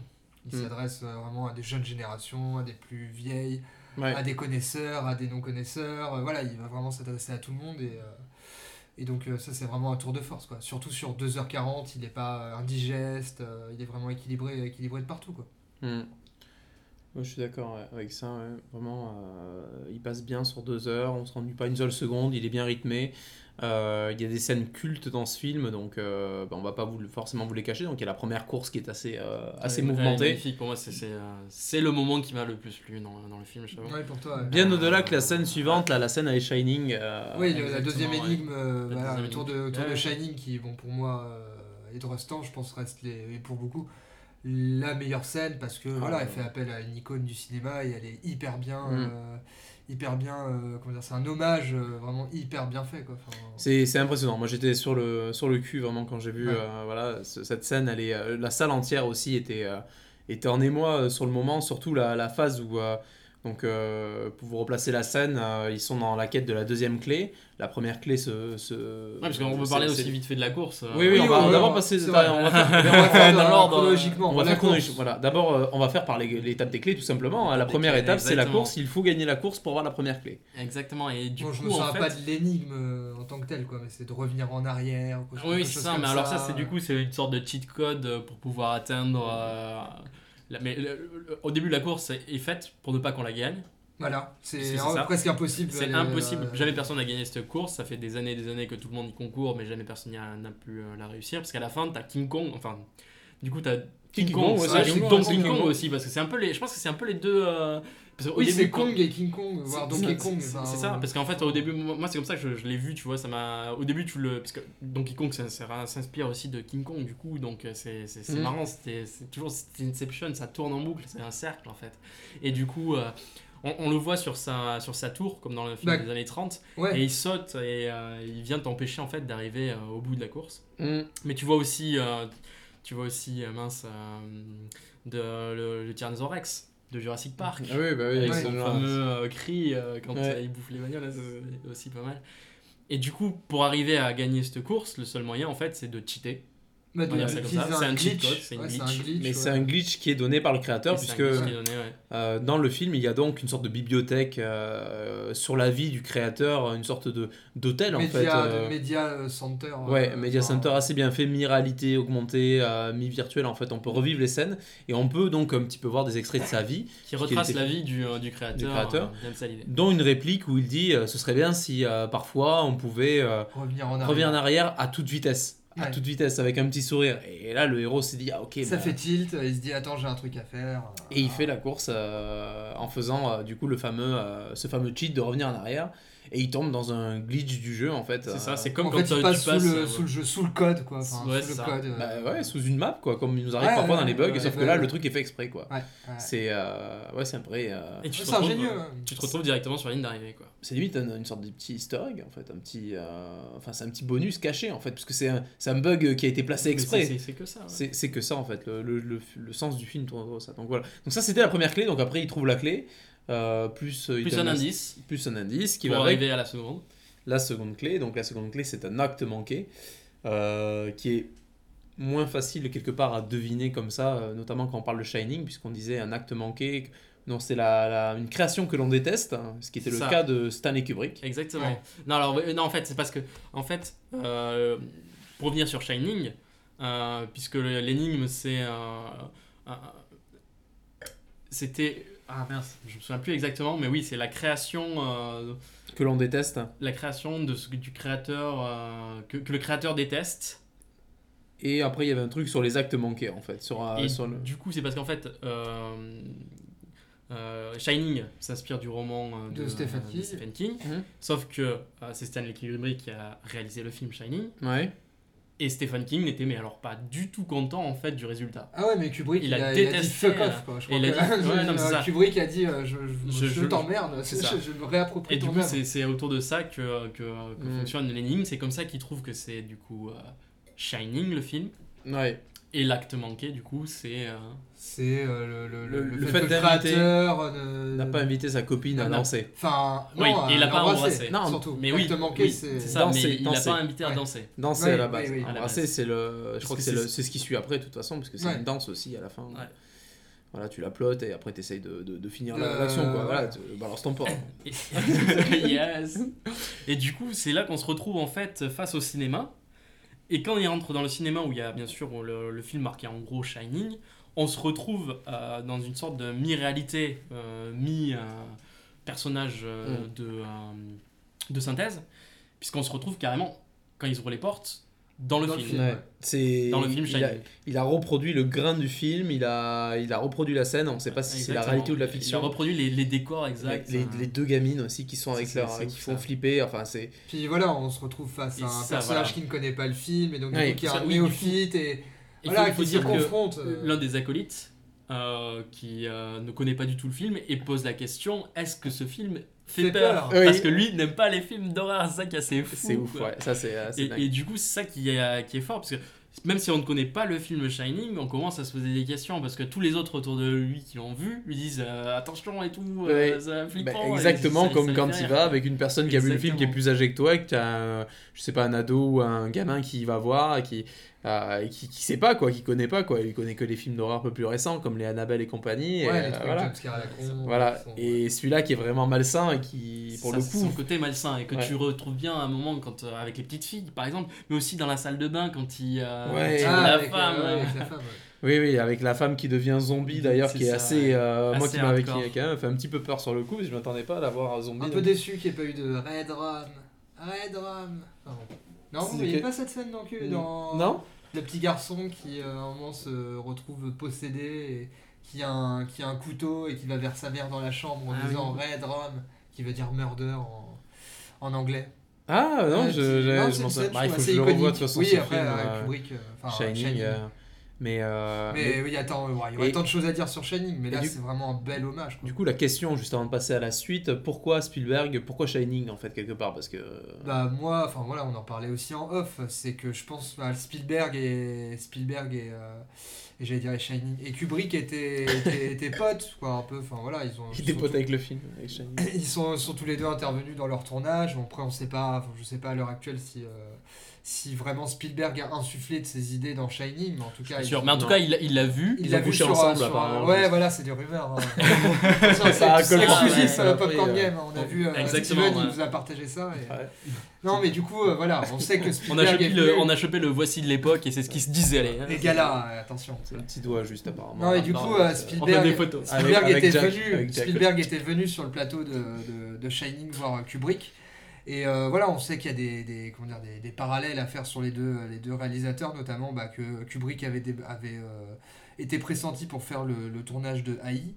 Speaker 4: Il
Speaker 2: Mm.
Speaker 4: s'adresse euh, vraiment à des jeunes générations, à des plus vieilles
Speaker 2: Ouais.
Speaker 4: à des connaisseurs, à des non-connaisseurs. euh, voilà, il va vraiment s'adresser à tout le monde. Et, euh, et donc, euh, ça, c'est vraiment un tour de force. Quoi. Surtout sur 2h40, il n'est pas euh, indigeste, euh, il est vraiment équilibré, équilibré de partout. Quoi.
Speaker 2: Hmm. Ouais, je suis d'accord ouais, avec ça. ouais. Vraiment, euh, il passe bien sur deux heures. On se rend pas une seule seconde. Il est bien rythmé. Euh, il y a des scènes cultes dans ce film, donc euh, bah, on va pas vous, le- forcément vous les cacher. Donc il y a la première course qui est assez, euh, assez
Speaker 3: Ouais, ouais,
Speaker 2: mouvementée.
Speaker 3: magnifique, pour moi, c'est- c'est euh, c'est le moment qui m'a le plus plu dans, dans le film, je t'avoue.
Speaker 4: Ouais, pour toi. euh,
Speaker 2: Bien au-delà que la scène suivante, là, la scène avec Shining. euh,
Speaker 4: oui, le- la
Speaker 3: exactement,
Speaker 4: deuxième
Speaker 3: ouais.
Speaker 4: énigme, euh,
Speaker 3: La
Speaker 4: voilà,
Speaker 3: deuxième
Speaker 4: autour, de,
Speaker 3: énigme.
Speaker 4: autour de
Speaker 3: Ouais.
Speaker 4: Shining, qui, bon, pour moi, euh, et de Rostand, je pense, reste les, et pour beaucoup la meilleure scène parce que voilà,
Speaker 2: ouais.
Speaker 4: elle fait appel à une icône du cinéma et elle est hyper bien,
Speaker 2: Mm.
Speaker 4: euh, hyper bien. euh, comment dire C'est un hommage euh, vraiment hyper bien fait. Quoi. Enfin,
Speaker 2: C'est c'est impressionnant. Moi, j'étais sur le, sur le cul vraiment quand j'ai vu
Speaker 4: Ouais.
Speaker 2: euh, voilà, ce- cette scène. Elle est, euh, la salle entière aussi était, euh, était en émoi euh, sur le moment, surtout la, la phase où, euh, donc, euh, pour vous replacer la scène, euh, ils sont dans la quête de la deuxième clé. La première clé se. se
Speaker 3: Ouais, parce qu'on peut parler
Speaker 2: c'est-
Speaker 3: aussi
Speaker 2: c'est-
Speaker 3: vite fait de la course. euh,
Speaker 2: Oui, oui,
Speaker 4: Oui,
Speaker 2: on va
Speaker 4: ouais, ouais,
Speaker 2: d'abord
Speaker 4: ouais,
Speaker 2: passer.
Speaker 4: c'est
Speaker 2: on
Speaker 4: vrai.
Speaker 2: va faire-
Speaker 4: Mais on va faire
Speaker 3: Dans
Speaker 4: dans
Speaker 3: l'ordre,
Speaker 4: chronologiquement.
Speaker 2: on va
Speaker 4: la
Speaker 2: faire
Speaker 4: course.
Speaker 2: chronologique. Voilà. D'abord, euh, on va faire par les- l'étape des clés, tout simplement. hein. La
Speaker 3: Des
Speaker 2: première
Speaker 3: clés,
Speaker 2: étape, c'est la
Speaker 3: exactement.
Speaker 2: course. Il faut gagner la course pour avoir la première clé.
Speaker 3: Exactement. Et du
Speaker 4: Bon,
Speaker 3: coup,
Speaker 4: je me
Speaker 3: en
Speaker 4: souviens
Speaker 3: fait,
Speaker 4: pas de l'énigme euh, en tant que telle, quoi, mais c'est de revenir en arrière. ou quoi,
Speaker 3: Oui,
Speaker 4: quelque
Speaker 3: c'est
Speaker 4: chose
Speaker 3: ça,
Speaker 4: comme
Speaker 3: mais alors ça, c'est du coup, c'est une sorte de cheat code euh, pour pouvoir atteindre. euh, la- mais le- le- le- au début, la course est est faite pour ne pas qu'on la gagne.
Speaker 4: Voilà,
Speaker 3: C'est-
Speaker 4: c'est
Speaker 3: c'est
Speaker 4: euh,
Speaker 3: ça.
Speaker 4: presque impossible.
Speaker 3: C'est
Speaker 4: d'aller,
Speaker 3: impossible.
Speaker 4: euh,
Speaker 3: Jamais personne n'a gagné cette course. Ça fait des années et des années que tout le monde y concourt, mais jamais personne n'y a- n'a pu euh, la réussir. Parce qu'à la fin, t'as King Kong. Enfin, du coup, t'as King
Speaker 2: King
Speaker 3: Kong,
Speaker 2: Kong,
Speaker 3: aussi, Ah,
Speaker 4: ouais,
Speaker 3: King
Speaker 4: King
Speaker 3: Kong,
Speaker 4: Kong,
Speaker 3: Donkey
Speaker 4: King
Speaker 3: Kong
Speaker 4: Kong.
Speaker 3: aussi. Parce que c'est un peu les. Je pense que c'est un peu les deux. euh, parce qu'au
Speaker 4: Oui,
Speaker 3: début,
Speaker 4: c'est
Speaker 3: quand-
Speaker 4: Kong et King Kong, voire
Speaker 3: C'est-
Speaker 4: Donkey
Speaker 3: c'est-
Speaker 4: Kong.
Speaker 3: c'est-
Speaker 4: enfin, euh.
Speaker 3: C'est ça, parce qu'en fait, au début, moi, moi, c'est comme ça que je, je l'ai vu, tu vois. Ça m'a. Au début, tu le. Parce que Donkey Kong ça- ça s'inspire aussi de King Kong, du coup, donc euh, c'est c'est- c'est
Speaker 4: Mm.
Speaker 2: Mhm.
Speaker 3: marrant. C'était c'est toujours c'était Inception, ça tourne en boucle, c'est un cercle en fait. Et du coup. euh, on, on le voit sur sa, sur sa tour, comme dans le film
Speaker 4: Bah,
Speaker 3: des années 30,
Speaker 4: Ouais.
Speaker 3: et il saute et euh, il vient t'empêcher en fait d'arriver euh, au bout de la course. Mais tu vois aussi, euh, tu vois aussi euh, mince, euh, de, le, le Tyrannosaurus de Jurassic Park.
Speaker 2: Ah oui, bah oui, avec
Speaker 4: Ouais.
Speaker 2: ce
Speaker 3: Son
Speaker 2: genre-
Speaker 3: fameux euh, cri euh, quand
Speaker 2: Ouais.
Speaker 3: euh, il bouffe les bagnoles, là, c'est aussi pas mal. Et du coup, pour arriver à gagner cette course, le seul moyen en fait, c'est de cheater.
Speaker 4: Bah,
Speaker 3: on va dire
Speaker 4: donc,
Speaker 3: ça comme
Speaker 4: ils
Speaker 3: ça,
Speaker 4: utilisent
Speaker 3: c'est
Speaker 4: un
Speaker 3: un cheat
Speaker 4: glitch.
Speaker 3: code, c'est une
Speaker 4: Ouais,
Speaker 3: glitch.
Speaker 2: Mais c'est
Speaker 4: ouais.
Speaker 2: un glitch qui est donné par le créateur,
Speaker 3: Et c'est un
Speaker 2: puisque
Speaker 3: glitch qui est donné, ouais.
Speaker 2: euh, dans le film, il y a donc une sorte de bibliothèque euh, sur la vie du créateur, une sorte de d'hôtel en fait.
Speaker 4: Media,
Speaker 2: euh,
Speaker 4: de Media euh, Center.
Speaker 2: Ouais,
Speaker 4: euh,
Speaker 2: Media
Speaker 4: enfin,
Speaker 2: Center assez bien fait, mi-réalité augmentée, euh, mi-virtuelle en fait. On peut revivre les scènes et on peut donc un petit peu voir des extraits de sa vie,
Speaker 3: Qui retrace
Speaker 2: était-
Speaker 3: la vie du, euh, du créateur.
Speaker 2: du créateur.
Speaker 3: euh, James Hallyday.
Speaker 2: dont une réplique où il dit euh, Ce serait bien si euh, parfois on pouvait euh,
Speaker 4: Revenir en arrière.
Speaker 2: revenir en arrière à toute vitesse. À
Speaker 4: Ouais.
Speaker 2: toute vitesse, avec un petit sourire. Et là, le héros s'est dit Ah, ok,
Speaker 4: Ça
Speaker 2: bah,
Speaker 4: fait tilt, il se dit attends, j'ai un truc à faire.
Speaker 2: Et il fait la course euh, en faisant euh, du coup le fameux, euh, ce fameux cheat de revenir en arrière. Et il tombe dans un glitch du jeu en fait. euh,
Speaker 3: C'est ça, c'est
Speaker 4: En
Speaker 3: comme
Speaker 4: fait,
Speaker 3: quand
Speaker 4: il
Speaker 3: euh,
Speaker 4: passe
Speaker 3: tu
Speaker 4: sous
Speaker 3: passes.
Speaker 4: le
Speaker 3: euh,
Speaker 4: sous le jeu, sous le code quoi. Enfin,
Speaker 3: Ouais,
Speaker 4: sous
Speaker 3: c'est
Speaker 4: le
Speaker 3: ça.
Speaker 4: code. euh,
Speaker 2: bah ouais, sous une map quoi, comme il nous arrive
Speaker 4: Ouais,
Speaker 2: parfois
Speaker 4: ouais,
Speaker 2: dans les bugs.
Speaker 4: ouais,
Speaker 2: sauf que
Speaker 4: ouais,
Speaker 2: là,
Speaker 4: ouais.
Speaker 2: le truc est fait exprès quoi.
Speaker 4: Ouais, ouais.
Speaker 2: C'est euh, ouais, c'est un vrai. euh,
Speaker 3: Et tu
Speaker 4: Ouais,
Speaker 3: te
Speaker 4: c'est
Speaker 3: retrouves,
Speaker 4: ingénieux.
Speaker 3: euh,
Speaker 4: hein.
Speaker 3: Tu te retrouves directement sur la ligne d'arrivée, quoi.
Speaker 2: c'est limite un- une sorte de petit easter egg en fait, un petit, euh, enfin c'est un petit bonus caché en fait, parce que c'est un, c'est un bug qui a été placé
Speaker 3: Mais
Speaker 2: exprès.
Speaker 3: c'est- C'est que ça. ouais.
Speaker 2: C'est c'est que ça en fait, le, le, le- le sens du film tourne autour de ça. Donc voilà. Donc ça c'était la première clé. Donc après il trouve la clé, euh, plus euh, il
Speaker 3: Plus un
Speaker 2: donne
Speaker 3: indice
Speaker 2: plus un indice qui
Speaker 3: pour
Speaker 2: va avec
Speaker 3: arriver à la seconde.
Speaker 2: la seconde clé. Donc la seconde clé, c'est un acte manqué euh, qui est moins facile quelque part à deviner comme ça, euh, notamment quand on parle de Shining, puisqu'on disait un acte manqué. que- Non, c'est la, la- une création que l'on déteste, hein, ce qui était le
Speaker 3: Ça.
Speaker 2: cas de Stanley Kubrick.
Speaker 3: Exactement.
Speaker 4: Ouais.
Speaker 3: Non, alors, euh, non, en fait, c'est parce que, en fait, euh, pour revenir sur Shining, euh, puisque le- l'énigme, c'est. euh, euh, C'était. Ah mince, je me souviens plus exactement, mais oui, c'est la création, euh,
Speaker 2: Que l'on déteste.
Speaker 3: la création de ce, du créateur euh, que, que le créateur déteste.
Speaker 2: Et après, il y avait un truc sur les actes manqués, en fait. Sur, euh,
Speaker 3: Et
Speaker 2: sur le...
Speaker 3: Du coup, c'est parce qu'en fait, euh, euh, Shining s'inspire du roman euh,
Speaker 4: De Stephen King.
Speaker 3: Stephen King.
Speaker 2: Mhm.
Speaker 3: Sauf que euh, c'est Stanley Kubrick qui a réalisé le film Shining.
Speaker 2: Ouais.
Speaker 3: Et Stephen King n'était mais alors pas du tout content en fait du résultat.
Speaker 4: Ah ouais, mais Kubrick,
Speaker 3: Il
Speaker 4: il,
Speaker 3: a
Speaker 4: a, il a dit
Speaker 3: détesté,
Speaker 4: fuck
Speaker 3: euh,
Speaker 4: off quoi. Je
Speaker 3: et il a
Speaker 4: crois
Speaker 3: dit-
Speaker 4: que-
Speaker 3: ouais, non, mais c'est ça.
Speaker 4: Kubrick a dit euh, je, je,
Speaker 3: Je-
Speaker 4: je
Speaker 3: je-
Speaker 4: t'emmerde,
Speaker 3: c'est ça.
Speaker 4: je, je me réapproprie
Speaker 3: Et du
Speaker 4: ton
Speaker 3: coup,
Speaker 4: œuvre.
Speaker 3: c'est c'est autour de ça que, que, que
Speaker 2: Mm.
Speaker 3: fonctionne l'énigme. C'est comme ça qu'il trouve que c'est du coup euh, Shining le film.
Speaker 2: Ouais.
Speaker 3: Et l'acte manqué, du coup, c'est. euh,
Speaker 4: C'est euh, le, le,
Speaker 2: Le-
Speaker 4: le
Speaker 2: le
Speaker 4: fait
Speaker 2: fait
Speaker 4: que le
Speaker 2: d'inviter
Speaker 4: créateur
Speaker 2: Il
Speaker 4: ne-
Speaker 2: n'a pas invité sa copine à
Speaker 3: Non, non.
Speaker 2: danser.
Speaker 4: Enfin,
Speaker 3: Oui,
Speaker 4: non,
Speaker 3: et il
Speaker 4: à
Speaker 3: a pas
Speaker 4: l'embrasser,
Speaker 3: embrassé.
Speaker 2: Non,
Speaker 4: surtout.
Speaker 3: Mais oui,
Speaker 4: Acte manqué,
Speaker 3: oui,
Speaker 4: c'est.
Speaker 3: ça,
Speaker 2: Danser,
Speaker 3: mais il n'a
Speaker 2: danser.
Speaker 3: pas invité à
Speaker 4: Ouais.
Speaker 3: danser.
Speaker 2: Danser
Speaker 4: Ouais,
Speaker 2: à la base.
Speaker 4: oui, oui.
Speaker 3: À la
Speaker 2: Embrasser,
Speaker 3: base.
Speaker 2: c'est le. Je crois
Speaker 3: que
Speaker 2: que c'est le-
Speaker 3: c'est-
Speaker 2: c'est ce qui suit après, de toute façon, parce que c'est
Speaker 4: Ouais.
Speaker 2: une danse aussi à la fin.
Speaker 3: Ouais.
Speaker 2: Voilà, tu la plottes et après tu essayes de, de, de finir
Speaker 4: Euh,
Speaker 2: la- l'action, quoi. Voilà,
Speaker 4: ouais.
Speaker 2: tu balances ton porc.
Speaker 3: Et- yes Et du coup, c'est là qu'on se retrouve en fait face au cinéma. Et quand il rentre dans le cinéma, où il y a bien sûr le, le film marqué en gros Shining, on se retrouve euh, dans une sorte de mi-réalité, euh, mi-personnage euh,
Speaker 2: Mm.
Speaker 3: de, euh, de synthèse, puisqu'on se retrouve carrément, quand ils ouvrent les portes, dans le
Speaker 4: Dans le
Speaker 3: film.
Speaker 4: film.
Speaker 2: Ouais. C'est
Speaker 3: Dans le film
Speaker 2: il a,
Speaker 3: Shining.
Speaker 2: il a reproduit le grain du film, il a, il a reproduit la scène, on ne sait pas si c'est la
Speaker 3: Exactement.
Speaker 2: réalité ou de la
Speaker 3: Il a
Speaker 2: fiction.
Speaker 3: reproduit les, les décors exacts.
Speaker 2: Les,
Speaker 3: hein.
Speaker 2: les deux gamines aussi qui sont avec
Speaker 3: C'est-
Speaker 2: leur,
Speaker 3: c'est
Speaker 2: qui
Speaker 3: ouf,
Speaker 2: font
Speaker 3: ça.
Speaker 2: flipper, enfin c'est
Speaker 4: Puis voilà, on se retrouve face
Speaker 3: Et
Speaker 4: à un
Speaker 3: ça,
Speaker 4: personnage
Speaker 3: voilà.
Speaker 4: qui ne connaît pas le film et donc du
Speaker 2: Ouais,
Speaker 4: coup, qui est
Speaker 3: ça,
Speaker 4: un
Speaker 3: oui, du
Speaker 4: néophyte et
Speaker 3: Il
Speaker 4: voilà,
Speaker 3: faut- il faut
Speaker 4: qui se
Speaker 3: dire que-
Speaker 4: confronte. euh,
Speaker 3: l'un des acolytes euh, qui euh, ne connaît pas du tout le film et pose la question est-ce que ce film fait peur.
Speaker 2: Oui.
Speaker 3: Parce que lui n'aime pas les films d'horreur, c'est ça qui est assez fou.
Speaker 2: C'est ouf,
Speaker 3: quoi.
Speaker 2: ouais. Ça, c'est euh, c'est dingue.
Speaker 3: Et, et du coup, c'est ça qui est, qui est fort, parce que même si on ne connaît pas le film Shining, on commence à se poser des questions, parce que tous les autres autour de lui qui l'ont vu lui disent euh, attention et tout, euh,
Speaker 2: Ouais.
Speaker 3: ça va
Speaker 2: Bah,
Speaker 3: flippant.
Speaker 2: exactement
Speaker 3: Et ça- ça
Speaker 2: comme
Speaker 3: les
Speaker 2: quand
Speaker 3: fait
Speaker 2: il
Speaker 3: rire.
Speaker 2: va avec une personne qui a vu le film qui est
Speaker 3: Exactement.
Speaker 2: plus âgée que toi, et que tu as, je sais pas, un ado ou un gamin qui va voir et qui, euh, et qui, qui sait pas, quoi, qui connaît pas, quoi. Il connaît que les films d'horreur un peu plus récents, comme les Annabelle et compagnie. et,
Speaker 4: Ouais,
Speaker 2: euh,
Speaker 4: les trucs
Speaker 2: voilà.
Speaker 4: jumpscare à la con,
Speaker 2: Voilà.
Speaker 4: ils sont-
Speaker 2: Et celui-là qui est vraiment malsain et qui, pour
Speaker 3: Ça,
Speaker 2: le
Speaker 3: c'est son
Speaker 2: coup,
Speaker 3: côté malsain et que
Speaker 2: Ouais.
Speaker 3: tu retrouves bien à un moment quand euh, avec les petites filles par exemple mais aussi dans la salle de bain quand il euh,
Speaker 2: Ouais.
Speaker 3: quand il
Speaker 2: Ah,
Speaker 3: voit la
Speaker 4: avec, euh,
Speaker 3: femme euh,
Speaker 4: avec la femme,
Speaker 2: Oui,
Speaker 4: ouais.
Speaker 2: oui, avec la femme qui devient zombie d'ailleurs,
Speaker 3: C'est
Speaker 2: qui est
Speaker 3: ça,
Speaker 2: assez.
Speaker 3: ouais.
Speaker 2: euh, moi
Speaker 3: Assez
Speaker 2: qui m'avait qui,
Speaker 3: hardcore.
Speaker 2: quand même fait un petit peu peur sur le coup, parce que je m'attendais pas à l'avoir euh, zombie.
Speaker 4: Un
Speaker 2: dans-
Speaker 4: peu déçu qu'il n'y ait pas eu de Red Rum. Red Rum. Pardon. Non, vous
Speaker 2: C'est
Speaker 4: voyez
Speaker 2: que-
Speaker 4: pas cette scène non plus
Speaker 2: Mm.
Speaker 4: dans
Speaker 2: Non
Speaker 4: le petit garçon qui euh, à un moment se retrouve possédé et qui a, un, qui a un couteau et qui va vers sa mère dans la chambre en
Speaker 3: Ah
Speaker 4: disant Red Rum, qui veut dire murder en, en anglais.
Speaker 2: Ah non,
Speaker 4: Ouais,
Speaker 2: je,
Speaker 4: c'est-
Speaker 2: je- je
Speaker 4: non, c'est
Speaker 2: m'en
Speaker 4: une
Speaker 2: souviens.
Speaker 4: scène,
Speaker 2: Bah,
Speaker 4: je
Speaker 2: il faut
Speaker 4: trouve,
Speaker 2: que
Speaker 4: assez
Speaker 2: je le revoie de toute
Speaker 4: iconique.
Speaker 2: façon.
Speaker 4: Oui,
Speaker 2: ce
Speaker 4: après,
Speaker 2: film,
Speaker 4: avec
Speaker 2: euh,
Speaker 4: Kubrick, euh, enfin,
Speaker 2: Shining. euh, mais, euh,
Speaker 4: mais, oui, attends, ouais, il y aurait
Speaker 2: et-
Speaker 4: tant de choses à dire sur Shining, mais
Speaker 2: et
Speaker 4: là
Speaker 2: du-
Speaker 4: c'est vraiment un bel hommage. Quoi.
Speaker 2: Du coup, la question, juste avant de passer à la suite, pourquoi Spielberg, pourquoi Shining en fait, quelque part Parce que.
Speaker 4: Bah moi, enfin voilà, on en parlait aussi en off, c'est que je pense bah, Spielberg et Spielberg et, euh, et j'allais dire et Shining et Kubrick étaient, étaient, étaient potes quoi un peu, enfin voilà ils ont
Speaker 2: il était
Speaker 4: sont
Speaker 2: pote
Speaker 4: tous-
Speaker 2: avec le film, avec Shining.
Speaker 4: ils sont, sont tous les deux intervenus dans leur tournage. Bon, après on sait pas, enfin, je sais pas à l'heure actuelle si euh, si vraiment Spielberg a insufflé de ses idées dans Shining, mais en tout cas
Speaker 3: bien
Speaker 4: il-
Speaker 3: sûr mais en tout
Speaker 2: non.
Speaker 3: cas il il l'a vu
Speaker 2: ils ont couché
Speaker 4: sur un-
Speaker 2: ensemble,
Speaker 4: sur un-
Speaker 2: apparemment.
Speaker 4: ouais, voilà, c'est des rumeurs. hein.
Speaker 2: Ça,
Speaker 4: c'est
Speaker 2: à
Speaker 4: c'est
Speaker 2: Colmar,
Speaker 4: exclusif
Speaker 2: ouais,
Speaker 4: sur
Speaker 2: ça
Speaker 4: la
Speaker 2: a pris,
Speaker 4: Popcorn
Speaker 2: euh,
Speaker 4: Game. On a vu euh,
Speaker 3: Exactement,
Speaker 4: Steven, il
Speaker 3: ouais.
Speaker 4: nous a partagé ça. et-
Speaker 2: Ouais.
Speaker 4: Non, mais du coup, euh, voilà, on sait que
Speaker 3: on a
Speaker 4: Spielberg
Speaker 3: chopé
Speaker 4: est
Speaker 3: le
Speaker 4: venu-
Speaker 3: on a chopé le voici de l'époque et c'est ce qui se disait allez hein.
Speaker 4: Les gars là, euh, attention.
Speaker 2: C'est le petit doigt, juste apparemment.
Speaker 4: Non, et du
Speaker 2: Apparemment,
Speaker 4: coup, euh,
Speaker 2: c'est-
Speaker 4: Spielberg,
Speaker 3: des photos.
Speaker 4: Spielberg
Speaker 2: Ah Avec- avec
Speaker 4: était
Speaker 2: Jack-
Speaker 4: venu,
Speaker 2: avec Jack.
Speaker 4: Spielberg était venu sur le plateau de, de, de Shining voir Kubrick. Et euh, voilà, on sait qu'il y a des, des, comment dire, des, des parallèles à faire sur les deux, les deux réalisateurs, notamment bah, que Kubrick avait, dé- avait euh, été pressenti pour faire le, le tournage de AI.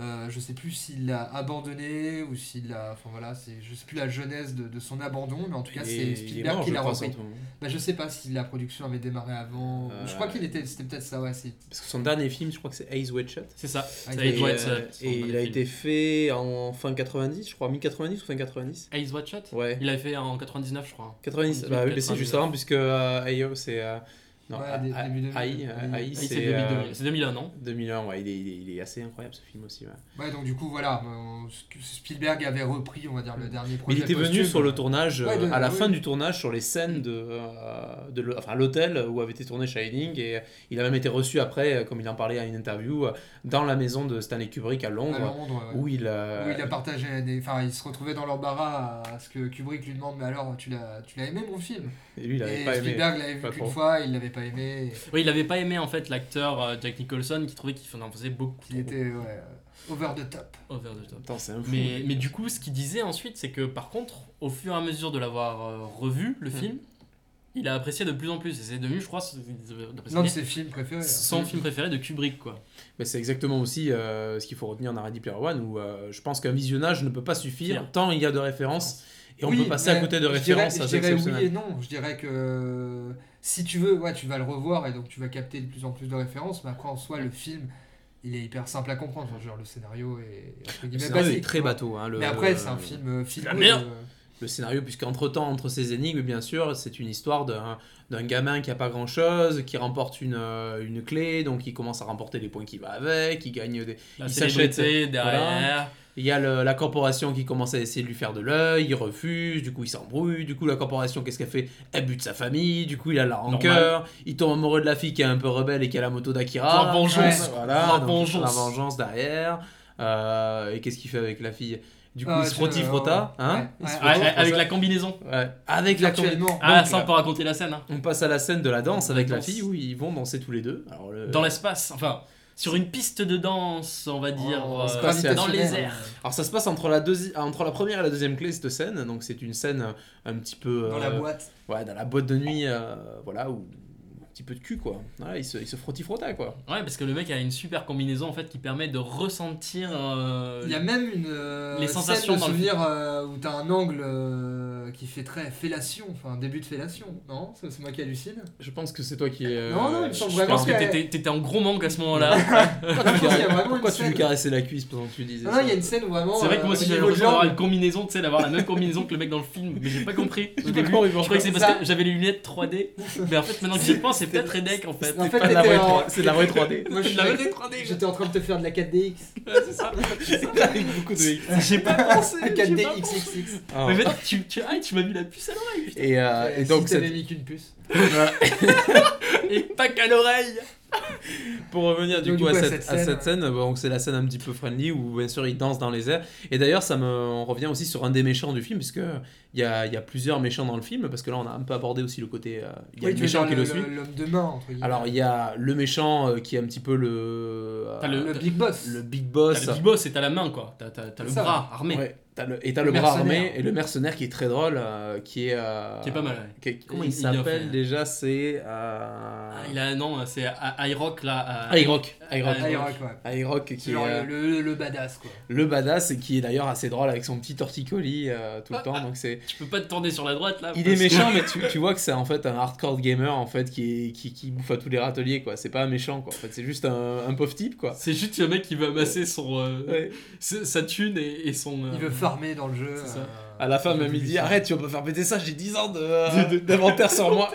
Speaker 4: Euh, je sais plus s'il l'a abandonné ou s'il l'a. Enfin voilà, c'est- je sais plus la genèse de, de son abandon, mais en tout cas,
Speaker 2: il est- il
Speaker 4: c'est
Speaker 2: est
Speaker 4: Spielberg
Speaker 2: mort,
Speaker 4: qui
Speaker 2: je hein.
Speaker 4: l'a
Speaker 2: crois,
Speaker 4: repris.
Speaker 2: surtout.
Speaker 4: Bah, je sais pas si la production avait démarré avant.
Speaker 2: Euh,
Speaker 4: Je crois qu'il était. C'était peut-être ça, ouais. c'est-
Speaker 2: Parce que son dernier film, je crois que c'est Ace Wet Shut.
Speaker 3: c'est ça ça
Speaker 4: Eyes
Speaker 3: a
Speaker 4: Wide
Speaker 2: Et,
Speaker 3: été- ouais,
Speaker 2: euh,
Speaker 3: ça-
Speaker 2: et il a été fait en fin 90, je crois, mi-90 ou fin 90
Speaker 3: Eyes Wide Shut
Speaker 2: Ouais.
Speaker 3: il l'avait fait en 99 je crois
Speaker 2: 90, bah oui, mais c'est juste avant, puisque euh, AO c'est. euh, non,
Speaker 4: Ouais,
Speaker 2: A-
Speaker 4: dé-
Speaker 2: A-
Speaker 4: début 2000.
Speaker 2: AI, euh,
Speaker 4: Oui.
Speaker 2: AI,
Speaker 3: Ah,
Speaker 2: c'est.
Speaker 3: c'est 2000,
Speaker 2: euh,
Speaker 3: c'est 2001 non
Speaker 2: 2001, ouais, il est, il est- il est assez incroyable ce film aussi. ouais.
Speaker 4: Ouais, donc du coup, voilà, euh, Spielberg avait repris, on va dire, le dernier
Speaker 2: Mais
Speaker 4: projet.
Speaker 2: Mm. il était venu
Speaker 4: posthume.
Speaker 2: sur le tournage, euh,
Speaker 4: Ouais, de-
Speaker 2: à la
Speaker 4: oui.
Speaker 2: fin du tournage, sur les scènes de, euh, de le- enfin, l'hôtel où avait été tourné Shining, et euh, il a même été reçu après, euh, comme il en parlait à une interview, euh, dans la maison de Stanley Kubrick à
Speaker 4: à
Speaker 2: Londres,
Speaker 4: Londres. ouais.
Speaker 2: où il euh, a.
Speaker 4: Où il a partagé, des- enfin, il se retrouvait dans l'embarras à ce que Kubrick lui demande, mais alors, tu l'as, tu l'as aimé mon film
Speaker 2: et lui, il
Speaker 4: Et
Speaker 2: avait pas aimé.
Speaker 4: Spielberg l'avait
Speaker 2: Pas
Speaker 4: vu
Speaker 2: trop.
Speaker 4: qu'une fois, il l'avait pas aimé, et
Speaker 3: oui il avait pas aimé en fait l'acteur euh, Jack Nicholson qui trouvait qu'il en faisait beaucoup
Speaker 4: qu'il était ouais, euh, over the top.
Speaker 3: trop over the top
Speaker 2: Attends, c'est un fou.
Speaker 3: Mais, mais du coup, ce qu'il disait ensuite, c'est que par contre, au fur et à mesure de l'avoir euh, revu, le
Speaker 2: Hmm.
Speaker 3: film, il a apprécié de plus en plus. Et c'est devenu, je crois, ce- d'après ce
Speaker 4: L'un de
Speaker 3: qu'il
Speaker 4: ses films préférés. hein.
Speaker 3: dit, son film préféré de Kubrick, quoi.
Speaker 2: Mais c'est exactement aussi euh, ce qu'il faut retenir dans Ready Player One, où euh, je pense qu'un visionnage ne peut pas suffire,
Speaker 3: Bien.
Speaker 2: tant il y a de références, et on
Speaker 4: Oui,
Speaker 2: peut passer à
Speaker 4: mais
Speaker 2: côté de
Speaker 4: je
Speaker 2: références
Speaker 4: dirais-
Speaker 2: assez
Speaker 4: Je dirais, oui
Speaker 2: exceptionnelles.
Speaker 4: et non. Je dirais que si tu veux, ouais, tu vas le revoir et donc tu vas capter de plus en plus de références. Mais après, en soi, le film, il est hyper simple à comprendre. Enfin, genre, le scénario est entre
Speaker 2: Le
Speaker 4: guillemets
Speaker 2: scénario est
Speaker 4: basique,
Speaker 2: très
Speaker 4: tu vois.
Speaker 2: bateau. hein, le,
Speaker 4: Mais après, c'est un
Speaker 2: le-
Speaker 4: film euh, feel
Speaker 3: la
Speaker 4: good,
Speaker 3: merde.
Speaker 4: euh,
Speaker 2: Le scénario, puisqu'entre temps, entre ces énigmes, bien sûr, c'est une histoire d'un d'un gamin qui a pas grand chose, qui remporte une, euh, une clé, donc il commence à remporter les points qui va avec, il gagne des.
Speaker 3: La
Speaker 2: Il
Speaker 3: célébrité derrière.
Speaker 2: Il y a le- la corporation qui commence à essayer de lui faire de l'œil, il refuse, du coup il s'embrouille, du coup la corporation, qu'est-ce qu'elle fait Elle bute sa famille, du coup il a la rancœur, il tombe amoureux de la fille qui est un peu rebelle et qui a la moto d'Akira.
Speaker 3: La vengeance.
Speaker 2: Ouais, voilà,
Speaker 3: La
Speaker 2: donc,
Speaker 3: vengeance.
Speaker 2: la vengeance derrière. Euh, et qu'est-ce qu'il fait avec la fille Du coup
Speaker 4: Ah,
Speaker 2: il se
Speaker 4: tu-
Speaker 2: rotif rota,
Speaker 4: ouais,
Speaker 2: hein
Speaker 4: ouais,
Speaker 2: Il se
Speaker 4: ouais, euh,
Speaker 3: Ah,
Speaker 2: rotif-rota.
Speaker 3: avec la combinaison.
Speaker 2: Ouais, avec la combi-
Speaker 4: actuellement.
Speaker 3: Ah,
Speaker 2: Donc,
Speaker 3: ça,
Speaker 2: là.
Speaker 3: on peut raconter la scène. hein.
Speaker 2: On passe à la scène de la danse
Speaker 3: La
Speaker 2: avec la
Speaker 3: danse.
Speaker 2: fille où ils vont danser tous les deux. Alors, le-
Speaker 3: Dans l'espace. Enfin, sur une piste de danse, on va dire.
Speaker 4: en
Speaker 3: euh,
Speaker 2: espace, c'est
Speaker 3: dans les
Speaker 4: gravitationnel.
Speaker 3: airs.
Speaker 2: Alors ça se passe entre la, deuxi- ah, entre la première et la deuxième clé cette scène, donc c'est une scène euh, un petit peu...
Speaker 4: Dans la
Speaker 2: euh,
Speaker 4: boîte.
Speaker 2: Ouais, dans la boîte de nuit, euh, voilà, où petit peu de cul, quoi. Voilà, il se, il se frotti-frotta, quoi.
Speaker 3: Ouais, parce que le mec a une super combinaison en fait qui permet de ressentir. euh,
Speaker 4: Il y a même une euh,
Speaker 3: Les sensations
Speaker 4: scène de
Speaker 3: dans le
Speaker 4: souvenir euh, où t'as un angle euh, qui fait très fellation, enfin début de fellation, non C'est c'est moi qui hallucine
Speaker 2: Je pense que c'est toi qui es. euh,
Speaker 4: Non, non, il me semble
Speaker 3: Je
Speaker 4: vraiment
Speaker 3: pense que
Speaker 4: qu'elle-
Speaker 3: t'étais t'étais en gros manque à ce moment-là.
Speaker 4: Je pense qu'il y a vraiment
Speaker 2: Pourquoi
Speaker 4: une
Speaker 2: tu lui
Speaker 4: scène-
Speaker 2: caressais la cuisse pendant que tu disais
Speaker 4: Non, non,
Speaker 2: ça
Speaker 4: il y a une scène où vraiment.
Speaker 3: C'est vrai que moi
Speaker 4: euh,
Speaker 3: aussi
Speaker 4: au
Speaker 3: j'avais
Speaker 4: niveau de
Speaker 3: l'impression d'avoir
Speaker 4: l'angle,
Speaker 3: une combinaison, tu sais, d'avoir la même combinaison que le mec dans le film, mais j'ai pas compris. au
Speaker 2: J'ai pas
Speaker 3: début.
Speaker 2: compris
Speaker 3: Je croyais que c'est parce
Speaker 4: Ça-
Speaker 3: que j'avais les lunettes 3D, mais en fait maintenant que j'y pense, c'est peut-être Redec en fait.
Speaker 4: En fait,
Speaker 2: C'est pas de la vraie
Speaker 4: t'étais en-
Speaker 2: 3D, C'est de la vraie 3D.
Speaker 4: Moi, je suis-
Speaker 3: La vedette 3D,
Speaker 4: J'étais en train de te faire de la 4DX.
Speaker 3: c'est ça.
Speaker 2: Avec beaucoup de.
Speaker 3: J'ai pas pensé.
Speaker 4: La
Speaker 3: j'ai pas pensé.
Speaker 4: 4DXXX.
Speaker 2: Ah.
Speaker 3: Mais maintenant, tu, tu, ah, tu m'as mis la puce à l'oreille. putain.
Speaker 2: Et, euh, et donc,
Speaker 4: si t'avais
Speaker 2: cette-
Speaker 4: mis qu'une puce.
Speaker 3: Et pas qu'à l'oreille.
Speaker 2: pour revenir du
Speaker 4: Donc,
Speaker 2: coup à cette à cette scène, donc c'est la scène un petit peu friendly où bien sûr il danse dans les airs. Et d'ailleurs, ça me, on revient aussi sur un des méchants du film, puisque il y a, il y a plusieurs méchants dans le film, parce que là on a un peu abordé aussi le côté. euh, Il y a le
Speaker 4: Oui, tu veux
Speaker 2: méchant
Speaker 4: dire
Speaker 2: qui le
Speaker 4: le-
Speaker 2: suit.
Speaker 4: le- L'homme de main, entre guillemets.
Speaker 2: Alors il y a le méchant euh, qui est un petit peu le. euh,
Speaker 3: T'as le-
Speaker 4: le big boss.
Speaker 2: le big
Speaker 3: T'as
Speaker 2: boss.
Speaker 3: le big boss et t'as la main quoi. T'as t'as- t'as le
Speaker 4: Ça va.
Speaker 3: bras armé.
Speaker 2: Ouais, t'as le- et t'as le,
Speaker 4: Le
Speaker 2: bras
Speaker 4: mercenaire.
Speaker 2: armé et le mercenaire qui est très drôle, euh, qui est. euh,
Speaker 3: Qui est pas mal, ouais.
Speaker 2: qui est- comment
Speaker 3: Il-
Speaker 2: il,
Speaker 3: il est bien fait.
Speaker 2: s'appelle déjà C'est.
Speaker 3: Ah,
Speaker 2: Euh...
Speaker 3: il a non, c'est I- Irock là. euh,
Speaker 2: Irock. Irock.
Speaker 3: Ah,
Speaker 4: Iron, quoi.
Speaker 2: Irock qui
Speaker 4: C'est
Speaker 2: est
Speaker 4: genre
Speaker 2: euh,
Speaker 4: le, le- le badass, quoi.
Speaker 2: le badass et qui est d'ailleurs assez drôle avec son petit torticolis euh, tout le
Speaker 3: Ah,
Speaker 2: temps. Donc c'est.
Speaker 3: Tu peux pas te tourner sur la droite là.
Speaker 2: Il
Speaker 3: Ah, parce
Speaker 2: est
Speaker 3: que-
Speaker 2: méchant, mais tu, tu vois que c'est en fait un hardcore gamer en fait qui, est- qui, qui bouffe à tous les râteliers quoi. C'est pas un méchant quoi. En fait, c'est juste un, un pauvre type quoi.
Speaker 3: C'est juste le mec qui va amasser son, euh,
Speaker 2: Ouais.
Speaker 3: sa sa thune et, et son. euh,
Speaker 4: Il veut farmer dans le jeu.
Speaker 3: c'est ça.
Speaker 4: euh,
Speaker 2: À la fin,
Speaker 4: il
Speaker 2: même
Speaker 4: veut
Speaker 2: il dit
Speaker 4: du-
Speaker 2: Arrête, tu vas pas faire péter ça, j'ai 10 ans de, euh, d'inventaire sur moi.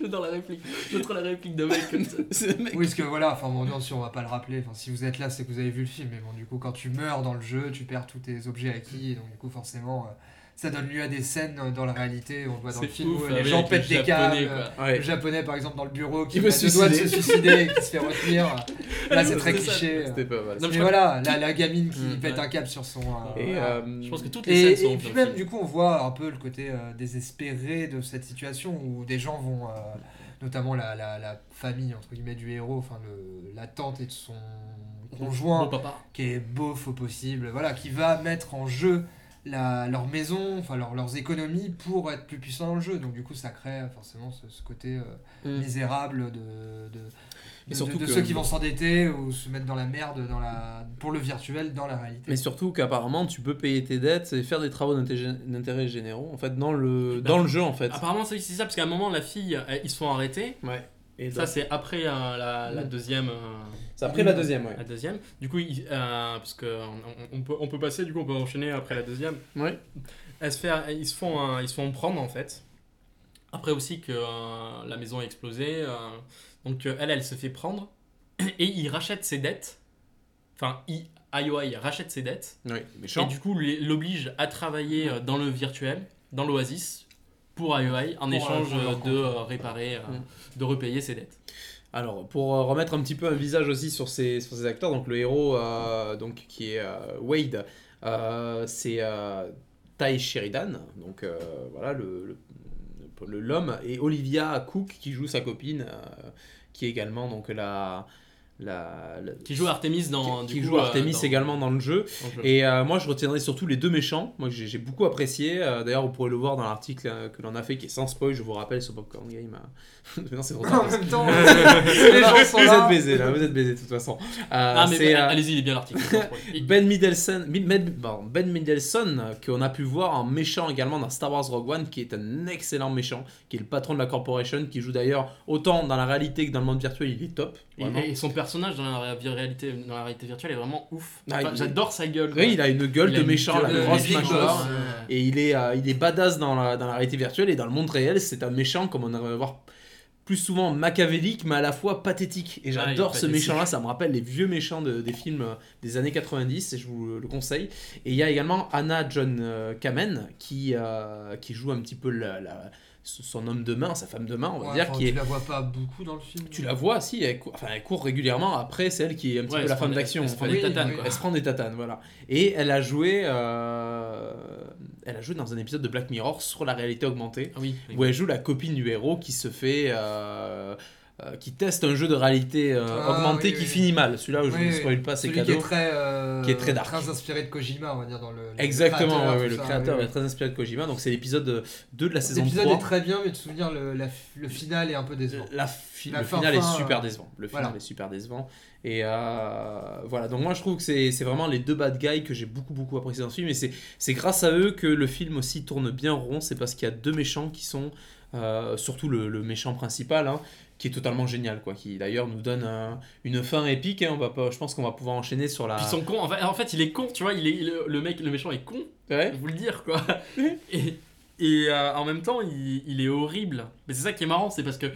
Speaker 3: J'adore euh, la réplique. J'adore la réplique de mec comme ça.
Speaker 2: C'est le mec.
Speaker 4: Oui, parce que voilà, enfin bon, non, si on va pas le rappeler, enfin, si vous êtes là, c'est que vous avez vu le film, mais bon, du coup, quand tu meurs dans le jeu, tu perds tous tes objets acquis, et donc du coup, forcément, euh, ça donne lieu à des scènes euh, dans la réalité, on le voit dans le
Speaker 3: C'est
Speaker 4: film,
Speaker 3: ouf.
Speaker 4: où
Speaker 3: avec
Speaker 4: les gens pètent des
Speaker 3: Japonais,
Speaker 4: câbles, euh,
Speaker 3: quoi.
Speaker 2: Ouais.
Speaker 4: le japonais, par exemple, dans le bureau, qui
Speaker 2: Il veut
Speaker 4: met le doigt de se
Speaker 2: suicider.
Speaker 4: suicider et qui se fait retenir, là, c'est très
Speaker 3: C'est ça.
Speaker 4: cliché.
Speaker 2: C'était pas mal.
Speaker 3: Non, mais
Speaker 4: Mais
Speaker 3: je
Speaker 4: voilà, la, la gamine qui
Speaker 3: Mm,
Speaker 4: pète
Speaker 3: ouais.
Speaker 4: un câble sur son... euh,
Speaker 2: Et,
Speaker 4: voilà.
Speaker 2: euh,
Speaker 3: Je pense que toutes les
Speaker 4: Et,
Speaker 3: scènes sont
Speaker 4: et puis
Speaker 3: dans le
Speaker 4: même,
Speaker 3: film.
Speaker 4: du coup, on voit un peu le côté euh, désespéré de cette situation où des gens vont, euh, notamment la, la, la famille entre guillemets du héros, enfin le- la tante et de son
Speaker 3: Bon
Speaker 4: conjoint,
Speaker 3: papa.
Speaker 4: qui est beauf au possible, voilà, qui va mettre en jeu la, leur maison, enfin leur- leurs économies pour être plus puissant dans le jeu. Donc du coup, ça crée euh, forcément ce, ce côté euh,
Speaker 2: Mm.
Speaker 4: misérable de, de,
Speaker 2: Mais
Speaker 4: de-
Speaker 2: surtout
Speaker 4: de
Speaker 2: que-
Speaker 4: ceux qui vont s'endetter ou se mettre dans la merde dans la, pour le virtuel dans la réalité.
Speaker 2: Mais surtout qu'apparemment, tu peux payer tes dettes et faire des travaux d'intérêt d'intérêt généraux en fait dans le,
Speaker 3: Bah,
Speaker 2: dans le jeu en fait.
Speaker 3: Apparemment, c'est c'est ça, parce qu'à un moment, la fille, euh, ils se font arrêter.
Speaker 2: Ouais. Et
Speaker 3: Ça,
Speaker 2: donc-
Speaker 3: c'est après euh, la, la
Speaker 2: Mm.
Speaker 3: deuxième. euh,
Speaker 2: c'est après la deuxième, ouais.
Speaker 3: la deuxième. Du coup, il- euh, parce que on, on- on peut, on peut passer, du coup, on peut enchaîner après la deuxième.
Speaker 2: Ouais.
Speaker 3: Elles se fait- ils, se font, euh, ils se font prendre, en fait. Après aussi que euh, la maison a explosé. euh, donc, euh, elle, elle se fait prendre. Et il rachète ses dettes. Enfin, il- IOI rachète ses dettes.
Speaker 2: Ouais,
Speaker 3: Ah, Et
Speaker 2: méchant.
Speaker 3: du coup, lui- l'oblige à travailler euh, dans le virtuel, dans l'Oasis, pour IOI, en
Speaker 4: Pour, euh,
Speaker 3: échange
Speaker 4: pour leur
Speaker 3: euh, de euh, réparer, euh,
Speaker 2: Mm.
Speaker 3: de repayer ses dettes.
Speaker 2: Alors, pour euh, remettre un petit peu un visage aussi sur ces, sur ces acteurs, donc le héros euh, donc, qui est euh, Wade, euh, c'est euh, Ty Sheridan, donc euh, voilà le le- le- l'homme, et Olivia Cook qui joue sa copine, euh, qui est également donc la. la, la-
Speaker 3: Qui joue Artemis dans.
Speaker 2: qui
Speaker 3: du coup,
Speaker 2: joue
Speaker 3: euh,
Speaker 2: Artemis
Speaker 3: dans-
Speaker 2: également dans le jeu.
Speaker 3: dans le jeu.
Speaker 2: Et euh, moi, je retiendrai surtout les deux méchants. Moi, que j'ai j'ai beaucoup apprécié. Euh, D'ailleurs, vous pourrez le voir dans l'article euh, que l'on a fait, qui est sans spoil. Je vous rappelle sur Popcorn Game. euh. non, c'est trop tard.
Speaker 4: en même temps, les gens sont
Speaker 2: vous
Speaker 4: là.
Speaker 2: êtes baisés là, vous êtes baisés de toute façon. Euh,
Speaker 3: Ah, mais
Speaker 2: c'est
Speaker 3: bah,
Speaker 2: euh,
Speaker 3: allez-y, il est bien l'article. Il-
Speaker 2: Ben Middleton, Mi- Med- pardon, Ben Middleton euh, qu'on a pu voir en méchant également dans Star Wars Rogue One, qui est un excellent méchant, qui est le patron de la corporation, qui joue d'ailleurs autant dans la réalité que dans le monde virtuel, il est top.
Speaker 3: il-
Speaker 2: vraiment.
Speaker 3: et, son personnage dans la, ré- réalité, dans la réalité virtuelle est vraiment ouf.
Speaker 2: Ah,
Speaker 3: Enfin,
Speaker 2: il-
Speaker 3: J'adore sa gueule.
Speaker 2: Oui, il a une gueule
Speaker 3: Il a
Speaker 2: de
Speaker 3: une
Speaker 2: méchant,
Speaker 3: gueule
Speaker 2: la
Speaker 3: de
Speaker 2: grosse
Speaker 4: big
Speaker 2: mâchoire.
Speaker 4: boss.
Speaker 2: Et il est, euh, il est badass dans la, dans la réalité virtuelle et dans le monde réel, c'est un méchant comme on va voir plus souvent machiavélique, mais à la fois pathétique. Et
Speaker 3: Ah, il est
Speaker 2: j'adore ce
Speaker 3: pathétique.
Speaker 2: méchant-là, ça me rappelle les vieux méchants de- des films euh, des années 90, et je vous le conseille. Et il y a également Anna John euh, Kamen qui, euh, qui joue un petit peu la- la- son homme de main, sa femme de main, on va
Speaker 4: Ouais,
Speaker 2: dire,
Speaker 4: enfin,
Speaker 2: qui
Speaker 4: tu
Speaker 2: est.
Speaker 4: la vois pas beaucoup dans le film.
Speaker 2: Tu la vois, si, elle court, enfin, elle court régulièrement. Après, c'est elle qui est un petit
Speaker 3: Ouais,
Speaker 2: peu
Speaker 3: elle
Speaker 2: la
Speaker 3: se
Speaker 2: femme
Speaker 3: prend-
Speaker 2: d'action.
Speaker 3: elle se
Speaker 2: en
Speaker 3: prend
Speaker 2: fait.
Speaker 3: des
Speaker 4: Oui,
Speaker 3: tatanes,
Speaker 4: oui.
Speaker 3: quoi.
Speaker 2: Elle se prend des tatanes, voilà. Et elle a joué, euh, elle a joué dans un épisode de Black Mirror sur la réalité augmentée,
Speaker 3: Ah oui.
Speaker 2: où elle joue la copine du héros qui se fait euh, euh, qui teste un jeu de réalité euh,
Speaker 4: Ah,
Speaker 2: augmentée
Speaker 4: oui,
Speaker 2: qui
Speaker 4: oui.
Speaker 2: finit mal. Celui-là, où je
Speaker 4: Oui,
Speaker 2: ne
Speaker 4: oui.
Speaker 2: spoil pas, c'est
Speaker 4: Celui qui est
Speaker 2: cadeau.
Speaker 4: très, euh,
Speaker 2: qui est très dark.
Speaker 4: très inspiré de Kojima, on va dire, dans le. le
Speaker 2: Exactement,
Speaker 4: créateur,
Speaker 2: ouais, ouais,
Speaker 4: tout
Speaker 2: le
Speaker 4: ça,
Speaker 2: créateur
Speaker 4: oui,
Speaker 2: est
Speaker 4: oui.
Speaker 2: très inspiré de Kojima, donc c'est l'épisode 2 de la saison
Speaker 4: L'épisode
Speaker 2: 3.
Speaker 4: est très bien, mais de souvenir, le, la- le final est un peu décevant.
Speaker 3: Euh,
Speaker 2: La fi-
Speaker 4: La
Speaker 2: le
Speaker 4: fin,
Speaker 2: final
Speaker 4: fin,
Speaker 2: est super
Speaker 4: euh,
Speaker 2: décevant. Le
Speaker 4: voilà.
Speaker 2: final est super décevant. Et euh, voilà, donc moi je trouve que c'est c'est vraiment les deux bad guys que j'ai beaucoup beaucoup apprécié dans ce film. Et c'est- c'est grâce à eux que le film aussi tourne bien rond. C'est parce qu'il y a deux méchants qui sont, euh, surtout le, le méchant principal, hein, qui est totalement génial, quoi. Qui d'ailleurs nous donne un- une fin épique. hein. On va pas, je pense qu'on va pouvoir enchaîner sur la.
Speaker 3: Puis ils sont cons. En fait, en fait, il est con, tu vois. Il est, le, le mec, le méchant est con.
Speaker 2: Ouais.
Speaker 3: Je vous le dire, quoi. Et, et, euh, en même temps, il, il est horrible. Mais c'est ça qui est marrant, c'est parce que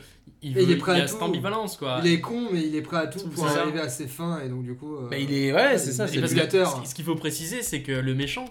Speaker 3: il,
Speaker 4: Et il
Speaker 3: veut-
Speaker 4: est prêt
Speaker 3: il
Speaker 4: à
Speaker 3: a
Speaker 4: tout.
Speaker 3: cette ambivalence, quoi.
Speaker 4: Il est con, mais il est prêt à tout
Speaker 3: euh, C'est
Speaker 4: pour
Speaker 3: ça.
Speaker 4: arriver à ses fins, et donc du coup. euh,
Speaker 2: Bah, il est, ouais, c'est ça.
Speaker 4: Et
Speaker 2: c'est
Speaker 3: Et parce que
Speaker 2: le-
Speaker 4: Émulateur.
Speaker 3: ce- ce qu'il faut préciser, c'est que le méchant,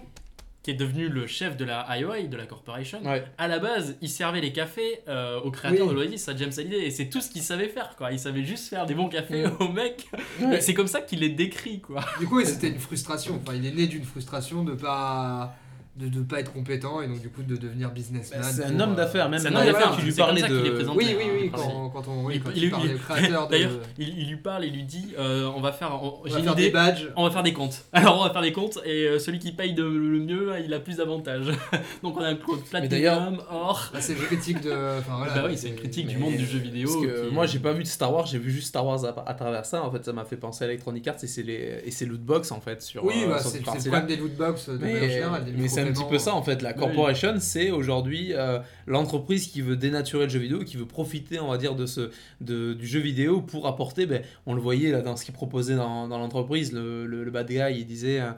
Speaker 3: qui est devenu le chef de la IOI, de la corporation,
Speaker 2: ouais.
Speaker 3: à la base, il servait les cafés euh, au créateur
Speaker 4: Oui.
Speaker 3: de l'Oasis, à James Hallyday, et c'est tout ce qu'il savait faire, quoi. Il savait juste faire des bons cafés
Speaker 2: Mm.
Speaker 3: aux mecs.
Speaker 2: Ouais.
Speaker 3: Et C'est comme ça qu'il les décrit, quoi.
Speaker 4: Du coup, et c'était une frustration. Enfin, il est né d'une frustration de pas de, de pas être compétent et donc du coup de devenir businessman.
Speaker 2: Bah, C'est un
Speaker 4: pour,
Speaker 2: homme
Speaker 4: euh,
Speaker 2: d'affaires, même
Speaker 3: c'est un
Speaker 2: à
Speaker 4: homme
Speaker 2: l'époque,
Speaker 4: d'affaires,
Speaker 2: tu lui
Speaker 3: c'est comme
Speaker 2: parlais
Speaker 3: ça qu'il est
Speaker 2: de.
Speaker 3: présent.
Speaker 4: Oui, oui, oui.
Speaker 3: Enfin,
Speaker 4: Quand, quand on, oui,
Speaker 3: il-
Speaker 4: quand
Speaker 3: il-
Speaker 4: tu parles
Speaker 3: il-
Speaker 4: au créateur de-
Speaker 3: D'ailleurs, il, il lui parle et lui dit euh, on va faire, on-
Speaker 4: on
Speaker 3: j'ai
Speaker 4: va
Speaker 3: une
Speaker 4: faire des
Speaker 3: idée,
Speaker 4: badges.
Speaker 3: on va faire des comptes. Alors on va faire des comptes et euh, celui qui paye de, le mieux, il a plus d'avantages. Donc on a un compte
Speaker 2: d'ailleurs-
Speaker 3: platinum,
Speaker 2: Ah,
Speaker 3: or.
Speaker 4: Bah, c'est une critique de. Enfin, voilà,
Speaker 3: bah oui, c'est une critique du
Speaker 2: mais-
Speaker 3: monde du jeu vidéo.
Speaker 2: Parce que
Speaker 3: qui-
Speaker 2: moi j'ai pas vu de Star Wars, j'ai vu juste Star Wars à, à travers ça. En fait, ça m'a fait penser à Electronic Arts et c'est les et c'est lootbox en fait sur.
Speaker 4: Oui,
Speaker 2: euh,
Speaker 4: bah,
Speaker 2: sur cette
Speaker 4: c'est c'est le
Speaker 2: partie-là.
Speaker 4: problème des lootbox euh, de manière
Speaker 2: Mais,
Speaker 4: générale. des
Speaker 2: mais c'est un petit peu
Speaker 4: micro-paiements.
Speaker 2: ça en fait. La
Speaker 3: euh, Oui.
Speaker 2: corporation, c'est aujourd'hui euh, l'entreprise qui veut dénaturer le jeu vidéo, qui veut profiter, on va dire, de ce de, du jeu vidéo pour apporter. Ben, on le voyait là dans ce qui proposait dans, dans l'entreprise. Le, le, le bad guy, il disait, euh,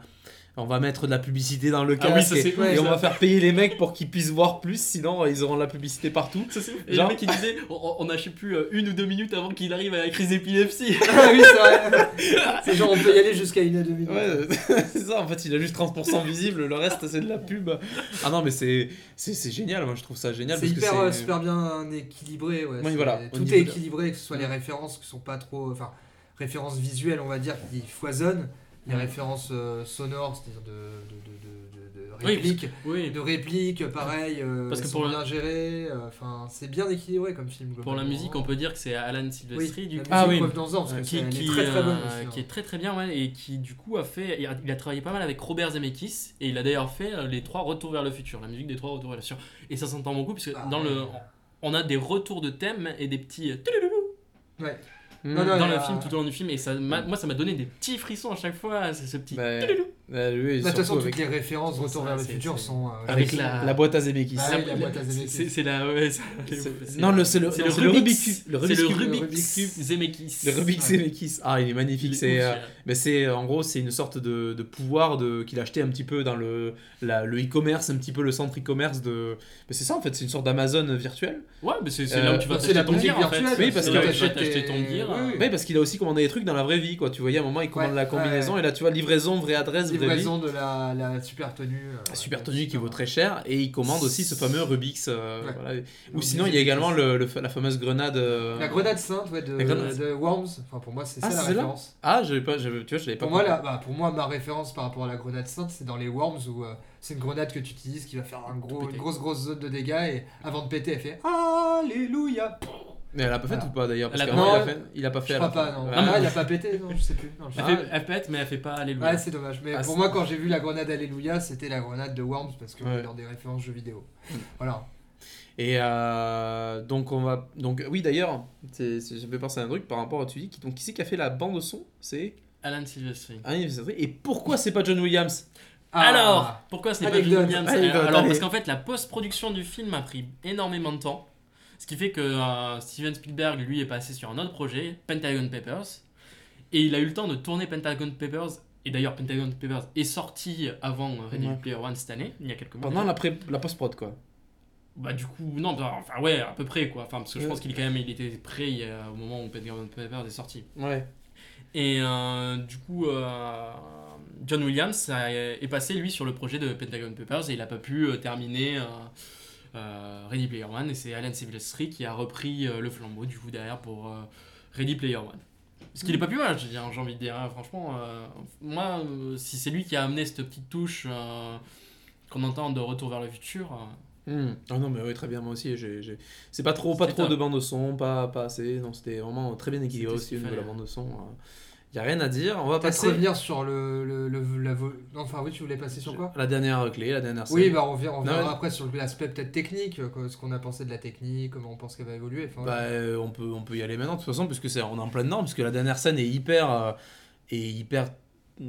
Speaker 2: on va mettre de la publicité dans le
Speaker 3: Ah
Speaker 2: casque
Speaker 3: oui, ça
Speaker 2: et-
Speaker 3: c'est
Speaker 4: Ouais,
Speaker 2: et
Speaker 3: ouf,
Speaker 2: on
Speaker 3: ça.
Speaker 2: va faire payer les mecs pour qu'ils puissent voir plus. Sinon, ils auront la publicité partout.
Speaker 3: Ça, c'est ouf. Et
Speaker 2: Genre-
Speaker 3: le mec il disait on, on a je sais plus euh, une ou deux minutes avant qu'il arrive à la crise d'épilepsie.
Speaker 4: Ah oui, c'est vrai. C'est genre on peut y aller jusqu'à une à deux minutes.
Speaker 2: Ouais, c'est ça, en fait, il a juste 30% visible, le reste c'est de la pub. Ah non, mais c'est c'est- c'est génial, moi je trouve ça génial.
Speaker 4: C'est
Speaker 2: parce que
Speaker 4: hyper euh,
Speaker 2: c'est-
Speaker 4: super bien équilibré. Ouais.
Speaker 2: Oui,
Speaker 4: C'est-
Speaker 2: voilà, au
Speaker 4: Tout
Speaker 2: niveau
Speaker 4: est
Speaker 2: de-
Speaker 4: équilibré, que ce soit les références qui sont pas trop. Enfin, références visuelles, on va dire, qui foisonnent, les
Speaker 2: Ouais.
Speaker 4: références euh, sonores, c'est-à-dire de, de, de, de, de, de
Speaker 3: Oui,
Speaker 4: répliques.
Speaker 3: oui,
Speaker 4: de répliques, pareil, euh,
Speaker 3: Parce que
Speaker 4: elles
Speaker 3: pour
Speaker 4: sont
Speaker 3: la-
Speaker 4: bien gérées, euh, enfin, c'est bien équilibré comme film.
Speaker 3: pour la musique on peut dire que c'est Alan Silvestri du coup.
Speaker 2: Ah
Speaker 4: ah
Speaker 2: oui.
Speaker 4: oui. parce que
Speaker 3: qui,
Speaker 4: c'est- elle
Speaker 3: qui,
Speaker 4: est très très
Speaker 3: euh,
Speaker 4: bonne. aussi, hein.
Speaker 3: qui est très très bien ouais, et qui du coup a fait il a, il a travaillé pas mal avec Robert Zemeckis et il a d'ailleurs fait euh, les trois retours vers le futur la musique des trois retours vers le futur et ça s'entend beaucoup parce que
Speaker 4: Ah,
Speaker 3: dans le
Speaker 4: ouais.
Speaker 3: on a des retours de thèmes et des petits euh,
Speaker 2: Hmm.
Speaker 4: Non, non,
Speaker 3: dans
Speaker 4: il y
Speaker 3: le
Speaker 4: a-
Speaker 3: film tout au long du film et ça m'a- moi ça m'a donné des petits frissons à chaque fois c'est ce petit
Speaker 2: Bah, bah, lui,
Speaker 4: Bah, De toute
Speaker 2: surtout
Speaker 4: façon, toutes
Speaker 2: avec,
Speaker 4: les références
Speaker 3: Ça,
Speaker 4: Retour vers le
Speaker 3: c'est-
Speaker 4: futur
Speaker 3: c'est- Ah
Speaker 4: sont. euh,
Speaker 2: avec
Speaker 4: géniales.
Speaker 2: la...
Speaker 3: la-
Speaker 2: boîte à Zemeckis.
Speaker 4: Bah,
Speaker 3: la-
Speaker 4: oui, la boîte à Zemeckis.
Speaker 3: c'est c'est la ouais, ça-
Speaker 2: C'est-
Speaker 3: c'est-
Speaker 2: non, le- c'est le,
Speaker 3: c'est
Speaker 2: non,
Speaker 3: le
Speaker 2: c'est le
Speaker 3: Rubik's
Speaker 2: Rubik's le
Speaker 3: c'est
Speaker 2: Rubik's
Speaker 3: le
Speaker 2: Cube.
Speaker 3: Rubik's Cube Zemeckis
Speaker 2: Le Rubik's
Speaker 4: Ouais.
Speaker 2: Zemeckis. Ah, il est magnifique.
Speaker 3: Il est
Speaker 2: C'est,
Speaker 3: ouf,
Speaker 2: euh,
Speaker 3: celui-là.
Speaker 2: mais c'est euh, en gros, c'est une sorte de, de pouvoir de, qu'il a acheté un petit peu dans le la- le e-commerce, un petit peu le centre e-commerce de. Mais c'est ça en fait, c'est une sorte d'Amazon virtuel.
Speaker 3: Ouais, mais c'est c'est
Speaker 2: Euh,
Speaker 3: là où tu vas
Speaker 4: c'est
Speaker 3: t'acheter
Speaker 4: la
Speaker 3: ton
Speaker 4: boutique
Speaker 3: gear en fait.
Speaker 4: virtuelle.
Speaker 2: Oui, parce
Speaker 3: C'est
Speaker 2: que
Speaker 3: là où tu vas
Speaker 4: t'achètes
Speaker 3: t'acheter ton
Speaker 4: tes-
Speaker 3: gear.
Speaker 4: oui,
Speaker 3: euh,
Speaker 4: oui.
Speaker 2: Oui, parce qu'il a aussi commandé des trucs dans la vraie vie, quoi. Tu voyais à un moment, il commande
Speaker 4: Ouais,
Speaker 2: la combinaison
Speaker 4: ouais.
Speaker 2: et là, tu vois, livraison, vraie adresse, vraie vie.
Speaker 4: livraison de la, la super tenue. euh,
Speaker 2: La Bah, super
Speaker 4: ouais,
Speaker 2: tenue qui
Speaker 4: super.
Speaker 2: vaut très cher et il commande aussi ce fameux Rubik's. euh,
Speaker 4: Ouais.
Speaker 2: voilà. Ou
Speaker 4: Donc,
Speaker 2: sinon,
Speaker 4: des
Speaker 2: il y a également
Speaker 4: épices.
Speaker 2: le, le fa- la fameuse grenade. euh,
Speaker 4: La grenade sainte ouais, de,
Speaker 2: La grenade.
Speaker 4: de Worms, enfin pour moi c'est ça
Speaker 2: Ah,
Speaker 4: la
Speaker 2: c'est celle-là
Speaker 4: référence.
Speaker 2: Ah, j'avais pas, j'avais- tu vois, je l'avais pas.
Speaker 4: Pour moi,
Speaker 2: compris.
Speaker 4: là, bah, pour moi ma référence par rapport à la grenade sainte c'est dans les Worms où euh, c'est une grenade que tu utilises qui va faire un gros,
Speaker 3: péter.
Speaker 4: une grosse grosse zone de dégâts et avant de péter elle fait Alléluia
Speaker 2: Mais elle a pas fait
Speaker 4: Voilà.
Speaker 2: ou pas d'ailleurs Parce
Speaker 3: Elle a
Speaker 2: qu'avant, il a
Speaker 4: pas-
Speaker 2: fait. Il a pas fait.
Speaker 4: Je
Speaker 2: à
Speaker 4: crois
Speaker 2: la
Speaker 4: pas,
Speaker 2: fin.
Speaker 4: non.
Speaker 2: Ah,
Speaker 4: Ah,
Speaker 2: non.
Speaker 4: il a pas pété, non, je sais plus. Non, je sais
Speaker 3: Elle,
Speaker 4: plus.
Speaker 3: fait, elle pète, mais elle fait pas Alléluia.
Speaker 4: Ah. Ouais, c'est dommage. Mais
Speaker 2: Ah,
Speaker 4: pour
Speaker 2: c'est-
Speaker 4: moi, quand j'ai vu la grenade Alléluia, c'était la grenade de Worms parce que
Speaker 2: Ouais. Hmm.
Speaker 4: dans des références jeux vidéo. Voilà.
Speaker 2: Et euh, donc on va donc oui d'ailleurs c'est- c'est- j'avais pensé à un truc par rapport à tu dis qui donc qui c'est qui a fait la bande son c'est
Speaker 3: Alan Silvestri.
Speaker 2: Alain Silvestri. et pourquoi c'est pas John Williams
Speaker 3: Alors, pourquoi ce n'est pas
Speaker 4: Ah. Anecdote.
Speaker 3: John Williams hein
Speaker 2: Anecdote,
Speaker 3: Alors,
Speaker 2: allez.
Speaker 3: parce qu'en fait, la post-production du film a pris énormément de temps. Ce qui fait que euh, Steven Spielberg, lui, est passé sur un autre projet, Pentagon Papers. Et il a eu le temps de tourner Pentagon Papers. Et d'ailleurs, Pentagon Papers est sorti avant euh, Ready
Speaker 2: Ouais.
Speaker 3: Player One cette année, il y a quelques mois.
Speaker 2: pendant la pré- la post prod quoi
Speaker 3: Bah du coup, non, bah, enfin ouais, à peu près quoi. Enfin, parce que je
Speaker 2: Ouais.
Speaker 3: pense qu'il est quand même, il était prêt il y a- au moment où Pentagon Papers est sorti.
Speaker 2: ouais
Speaker 3: Et euh, du coup, euh, John Williams a- est passé, lui, sur le projet de Pentagon Papers et il n'a pas pu euh, terminer euh, euh, Ready Player One. Et c'est Alan Silvestri qui a repris euh, le flambeau, du coup, derrière pour euh, Ready Player One. Ce qui n'est pas plus mal, je veux dire, j'ai envie de dire. hein, Franchement, euh, moi, euh, si c'est lui qui a amené cette petite touche euh, qu'on entend de Retour vers le futur, euh, Hmm.
Speaker 2: Ah non, mais oui, très bien, moi aussi. j'ai j'ai- C'est pas trop, pas
Speaker 3: C'était
Speaker 2: trop
Speaker 3: top.
Speaker 2: de bande de son, pas, pas assez. Non, c'était vraiment très bien équilibré
Speaker 3: C'était ce
Speaker 2: aussi au
Speaker 3: qu'il
Speaker 2: niveau de la
Speaker 3: fallait.
Speaker 2: bande de son. Il n'y a rien à dire. On va
Speaker 4: Peut-être
Speaker 2: passer
Speaker 4: revenir sur le, le, le- la vo- non, Enfin, oui, tu voulais passer sur quoi
Speaker 2: à la dernière clé, la dernière
Speaker 4: Oui,
Speaker 2: scène.
Speaker 4: bah on revient, on reviendra
Speaker 2: ouais.
Speaker 4: après sur l'aspect peut-être technique, euh, quoi, ce qu'on a pensé de la technique, comment on pense qu'elle va évoluer. Enfin,
Speaker 2: Bah, euh, on, peut, on peut y aller maintenant, de toute façon, puisque c'est, on est en plein dedans, puisque la dernière scène est hyper. euh, est hyper.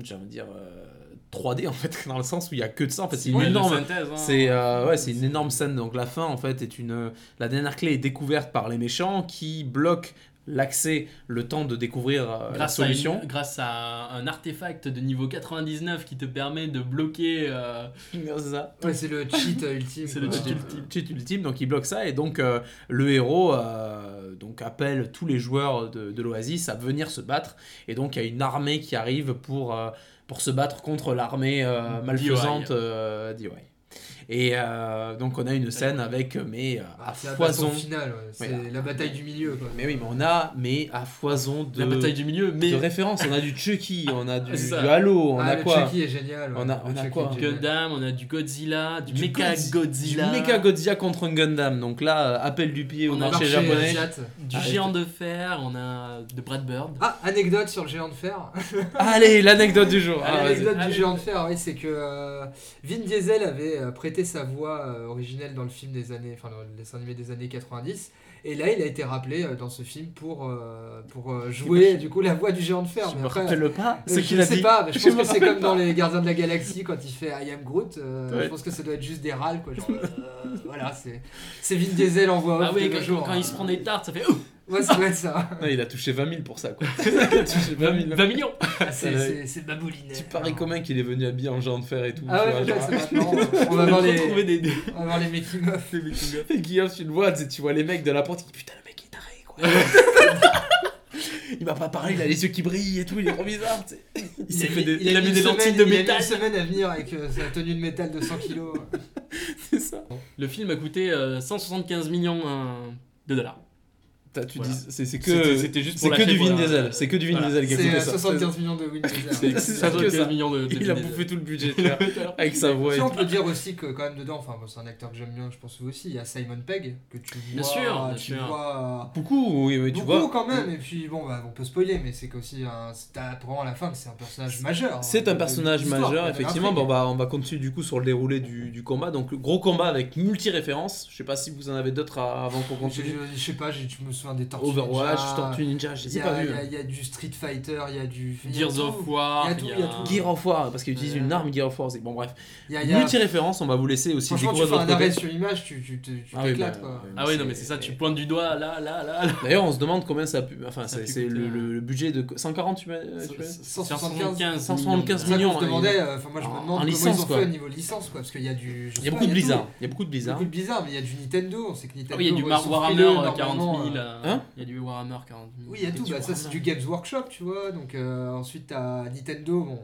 Speaker 2: J'ai envie de dire. euh, 3D, en fait, dans le sens où il n'y a que de ça. En fait, c'est une
Speaker 3: Oui, de
Speaker 2: énorme.
Speaker 3: synthèse, hein.
Speaker 2: C'est euh, ouais, c'est une énorme scène. Donc la fin en fait est une euh, la dernière clé est découverte par les méchants qui bloquent l'accès, le temps de découvrir euh, la
Speaker 3: grâce à,
Speaker 2: solution.
Speaker 3: une- grâce à un artefact de niveau 99 qui te permet de bloquer. euh,
Speaker 2: C'est ça.
Speaker 4: ouais, c'est le cheat euh, ultime.
Speaker 3: C'est le
Speaker 4: quoi.
Speaker 3: cheat
Speaker 2: Cheat ultime. Cheat ultime, donc il bloque ça et donc euh, le héros euh, donc appelle tous les joueurs de, de l'Oasis à venir se battre et donc il y a une armée qui arrive pour euh, pour se battre contre l'armée euh,
Speaker 3: DIY.
Speaker 2: malfaisante euh, DIY. Et euh, donc on a une scène avec mais euh,
Speaker 4: Ah,
Speaker 2: à
Speaker 4: c'est la
Speaker 2: foison.
Speaker 4: baston finale, ouais, c'est
Speaker 2: Ouais.
Speaker 4: la bataille du milieu. Quoi.
Speaker 2: Mais oui, mais on a mais à foison de
Speaker 3: La bataille du milieu, mais
Speaker 2: de référence. On a du Chucky, on a du,
Speaker 3: C'est
Speaker 2: du
Speaker 3: ça.
Speaker 2: Halo, on
Speaker 4: ah,
Speaker 2: a
Speaker 4: le
Speaker 2: quoi
Speaker 4: Chucky est génial. ouais.
Speaker 2: On a-
Speaker 4: Le
Speaker 2: on a
Speaker 4: Chucky
Speaker 2: quoi
Speaker 4: est génial.
Speaker 3: Gundam, on a du Godzilla, du,
Speaker 2: Du
Speaker 3: Mecha
Speaker 2: Godzi- Du
Speaker 3: Godzilla,
Speaker 2: Mecha Godzilla contre un Gundam. Donc là, euh, appel du pied au
Speaker 3: On a
Speaker 2: marché
Speaker 3: marché
Speaker 2: japonais.
Speaker 4: asiat.
Speaker 3: du
Speaker 2: Arrête.
Speaker 3: géant de fer, on a de Brad Bird.
Speaker 4: Ah, anecdote sur le géant de fer.
Speaker 2: Ah, Allez, l'anecdote du jour. Ah, vas-y.
Speaker 4: L'anecdote du
Speaker 3: allez.
Speaker 4: géant de fer, oui, c'est que euh, Vin Diesel avait euh, prêté sa voix euh, originelle dans le film des années, enfin dans le dessin animé des années 90, et là il a été rappelé euh, dans ce film pour, euh, pour euh, jouer du coup la voix du géant de fer.
Speaker 2: Je
Speaker 4: mais
Speaker 2: me
Speaker 4: après,
Speaker 2: rappelle pas
Speaker 4: euh,
Speaker 2: ce
Speaker 4: je
Speaker 2: qu'il a
Speaker 4: sais
Speaker 2: dit.
Speaker 4: pas, mais je
Speaker 2: Je
Speaker 4: pense
Speaker 2: me
Speaker 4: que c'est
Speaker 2: rappelle
Speaker 4: comme dans les Gardiens de la Galaxie quand il fait I am Groot. euh,
Speaker 2: Ouais.
Speaker 4: Je pense que ça doit être juste des râles quoi. genre, euh, voilà, c'est c'est Vin Diesel en voix off
Speaker 3: Ah oui,
Speaker 4: de nos
Speaker 3: quand,
Speaker 4: jours,
Speaker 3: quand
Speaker 4: hein.
Speaker 3: il se prend des tartes, ça fait Ouh,
Speaker 4: Ouais, ça doit être ça.
Speaker 2: Non, il a touché 20 000 pour ça, quoi. il a touché 20 000.
Speaker 3: 20 millions
Speaker 4: Ah, c'est-
Speaker 2: Ça,
Speaker 4: c'est c'est babouliné.
Speaker 2: Tu paries commun qu'il est venu habillé en géant de fer et tout.
Speaker 4: Ah
Speaker 2: tu vois,
Speaker 4: ouais, peut-être,
Speaker 2: genre.
Speaker 4: c'est maintenant. euh, On va
Speaker 3: On
Speaker 4: voir
Speaker 3: peut
Speaker 4: les,
Speaker 3: trouver des, des-
Speaker 4: on va voir les making of.
Speaker 2: Et Guillaume, tu le vois, tu sais, tu vois les mecs de la porte, ils disent, putain, le mec il est taré quoi. il m'a pas parlé, il a les yeux qui brillent et tout, il est trop bizarre. tu sais. Il s'est fait des- il a mis
Speaker 4: une
Speaker 2: des
Speaker 4: semaine-
Speaker 2: lentilles de
Speaker 4: il a mis
Speaker 2: métal.
Speaker 4: une semaine à venir avec euh, sa tenue de métal de 100 kilos.
Speaker 2: C'est ça.
Speaker 3: Le film a coûté euh, 175 millions euh, de dollars.
Speaker 2: T'as- tu
Speaker 3: Voilà.
Speaker 2: dis, c'est c'est
Speaker 3: C'était-
Speaker 2: que
Speaker 3: c'était juste
Speaker 2: c'est
Speaker 3: pour
Speaker 2: que
Speaker 3: lâcher
Speaker 2: du Vin
Speaker 3: pour la-
Speaker 2: Diesel, c'est que du Vin
Speaker 3: Voilà.
Speaker 2: Diesel qui a
Speaker 4: C'est
Speaker 2: coûté
Speaker 4: euh,
Speaker 2: ça.
Speaker 4: 75 millions de Win Diesel.
Speaker 2: C'est- c'est ça que
Speaker 3: 75
Speaker 2: ça.
Speaker 3: millions de, de
Speaker 2: Il a
Speaker 3: Vin Diesel.
Speaker 2: bouffé tout le budget tu vois, avec sa voix. et
Speaker 4: Si on
Speaker 2: tout.
Speaker 4: peut dire aussi que quand même dedans, enfin moi, c'est un acteur que j'aime bien, je pense que vous aussi, il y a Simon Pegg que tu vois,
Speaker 3: Bien sûr, bien
Speaker 4: tu
Speaker 3: sûr.
Speaker 4: vois
Speaker 2: Beaucoup, oui, oui, tu
Speaker 4: beaucoup
Speaker 2: vois. euh,
Speaker 4: quand même. Et puis bon, bah, on peut spoiler, mais c'est qu'aussi un, apprends à la fin que c'est un personnage majeur.
Speaker 2: C'est
Speaker 4: hein,
Speaker 2: un
Speaker 4: de-
Speaker 2: personnage
Speaker 4: de l'histoire,
Speaker 2: majeur,
Speaker 4: quoi, de
Speaker 2: effectivement. Bon,
Speaker 4: l'intrigue.
Speaker 2: bah, on va continuer du coup sur le déroulé du, du combat. Donc, gros combat avec multi-références. Je sais pas si vous en avez d'autres à- avant qu'on
Speaker 4: je,
Speaker 2: continue.
Speaker 4: je- je sais pas, j'ai- je me souviens des Tortues
Speaker 2: Overwatch,
Speaker 4: Ninja,
Speaker 2: Tortue Ninja, je
Speaker 4: Il
Speaker 2: les
Speaker 4: y,
Speaker 2: ai pas euh.
Speaker 4: a- il
Speaker 2: vus.
Speaker 4: y a- il y a du Street Fighter, il y a du il y a
Speaker 3: Gears
Speaker 4: tout.
Speaker 3: of War,
Speaker 4: Il y a tout, il y a tout.
Speaker 2: Gear of War, parce qu'il utilise
Speaker 4: Euh.
Speaker 2: une arme Gear of War. c'est- Bon, bref.
Speaker 4: Il y a- il y a-
Speaker 2: Multi-référence, on va vous laisser aussi
Speaker 4: Franchement,
Speaker 2: découvrir
Speaker 4: tu
Speaker 2: de
Speaker 4: fais
Speaker 2: votre
Speaker 4: un arrêt
Speaker 2: côté.
Speaker 4: sur image, tu, tu, tu, tu
Speaker 2: Ah oui,
Speaker 4: t'éclates
Speaker 2: bah,
Speaker 4: quoi.
Speaker 2: euh,
Speaker 3: Ah oui, non, mais c'est ça, tu pointes du doigt là, là, là, là.
Speaker 2: D'ailleurs, on se demande combien ça a pu. Enfin,
Speaker 3: Ça a
Speaker 2: c'est
Speaker 3: pu
Speaker 2: c'est le,
Speaker 3: coûter,
Speaker 2: le- le budget de. 140, tu m'as. euh, tu m'as-
Speaker 4: 175
Speaker 2: 175
Speaker 4: C'est ça qu'on
Speaker 2: millions,
Speaker 4: se
Speaker 2: hein,
Speaker 4: demandait, euh, enfin moi je me
Speaker 2: en-
Speaker 4: demande
Speaker 2: en
Speaker 4: comment
Speaker 2: licence,
Speaker 4: ils ont
Speaker 2: quoi.
Speaker 4: fait au niveau de licence quoi, parce qu'il y a du. je
Speaker 2: Il y
Speaker 4: sais
Speaker 2: a
Speaker 4: pas,
Speaker 2: beaucoup de
Speaker 4: tout.
Speaker 2: Blizzard. Il y a beaucoup de
Speaker 4: Il y
Speaker 2: Blizzard.
Speaker 4: a beaucoup de Blizzard, mais il y a du Nintendo, on sait que Nintendo.
Speaker 3: Ah oui, il y a du
Speaker 4: ouais,
Speaker 3: Mar-
Speaker 4: ils sont
Speaker 3: Warhammer
Speaker 4: frileux,
Speaker 3: euh, 40
Speaker 4: normalement,
Speaker 3: 000.
Speaker 4: euh,
Speaker 3: euh,
Speaker 2: Hein
Speaker 3: Il y a du Warhammer 40 000.
Speaker 4: Oui, il y a tout,
Speaker 3: Mmh. du
Speaker 4: bah, ça c'est
Speaker 3: Warhammer.
Speaker 4: du Games Workshop, tu vois. Donc euh, ensuite t'as Nintendo, bon.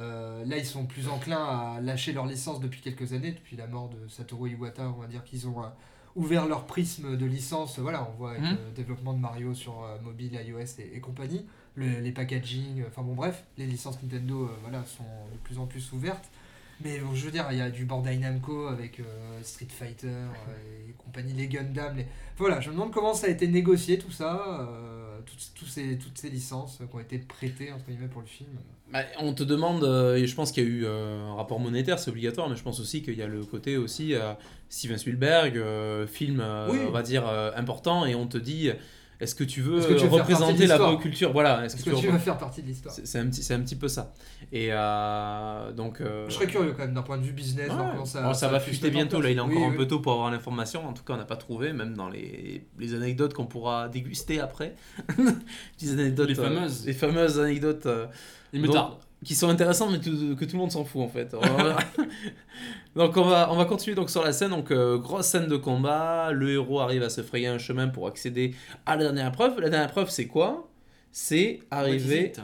Speaker 4: euh, là, ils sont plus enclins à lâcher leur licence depuis quelques années, depuis la mort de Satoru Iwata. On va dire qu'ils ont euh, ouvert leur prisme de licence. Voilà, on voit avec
Speaker 3: Mhm.
Speaker 4: le développement de Mario sur euh, mobile, iOS et, et compagnie, le- les packaging, euh, enfin bon, bref, les licences Nintendo euh, voilà, sont de plus en plus ouvertes. Mais bon, je veux dire, il y a du Bandai Namco avec euh, Street Fighter euh, et compagnie, les Gundam. les- Voilà, je me demande comment ça a été négocié tout ça, euh, toutes, tous ces, toutes ces licences euh, qui ont été prêtées entre guillemets pour le film.
Speaker 2: Bah, on te demande, euh, et je pense qu'il y a eu euh, un rapport monétaire, c'est obligatoire, mais je pense aussi qu'il y a le côté aussi euh, Steven Spielberg, euh, film, euh,
Speaker 4: Oui.
Speaker 2: on va dire, euh, important, et on te dit, est-ce que tu veux,
Speaker 4: Est-ce que tu veux faire partie de
Speaker 2: représenter la
Speaker 4: l'histoire
Speaker 2: pop culture Voilà, est-ce
Speaker 4: Est-ce
Speaker 2: que,
Speaker 4: que
Speaker 2: tu
Speaker 4: tu
Speaker 2: veux-
Speaker 4: vas faire partie de l'histoire
Speaker 2: C'est c'est un, petit- c'est un petit peu ça. Et euh, donc... euh,
Speaker 4: Je serais curieux quand même d'un point de vue business.
Speaker 2: ouais.
Speaker 4: voir comment ça,
Speaker 2: Bon, ça va fuiter bientôt, là il est encore un peu
Speaker 4: peu
Speaker 2: tôt pour avoir l'information, en tout cas on n'a pas trouvé, même dans les, les anecdotes qu'on pourra déguster après. les anecdotes,
Speaker 3: Les
Speaker 2: euh,
Speaker 3: fameuses.
Speaker 2: les fameuses anecdotes... euh,
Speaker 3: Il me
Speaker 2: Donc-
Speaker 3: tarde.
Speaker 2: qui sont intéressantes mais tout- que tout le monde s'en fout en fait. Voilà. donc on va, on va continuer donc sur la scène, donc euh, grosse scène de combat, le héros arrive à se frayer un chemin pour accéder à la dernière preuve. La dernière preuve c'est quoi C'est arriver
Speaker 3: Requisite.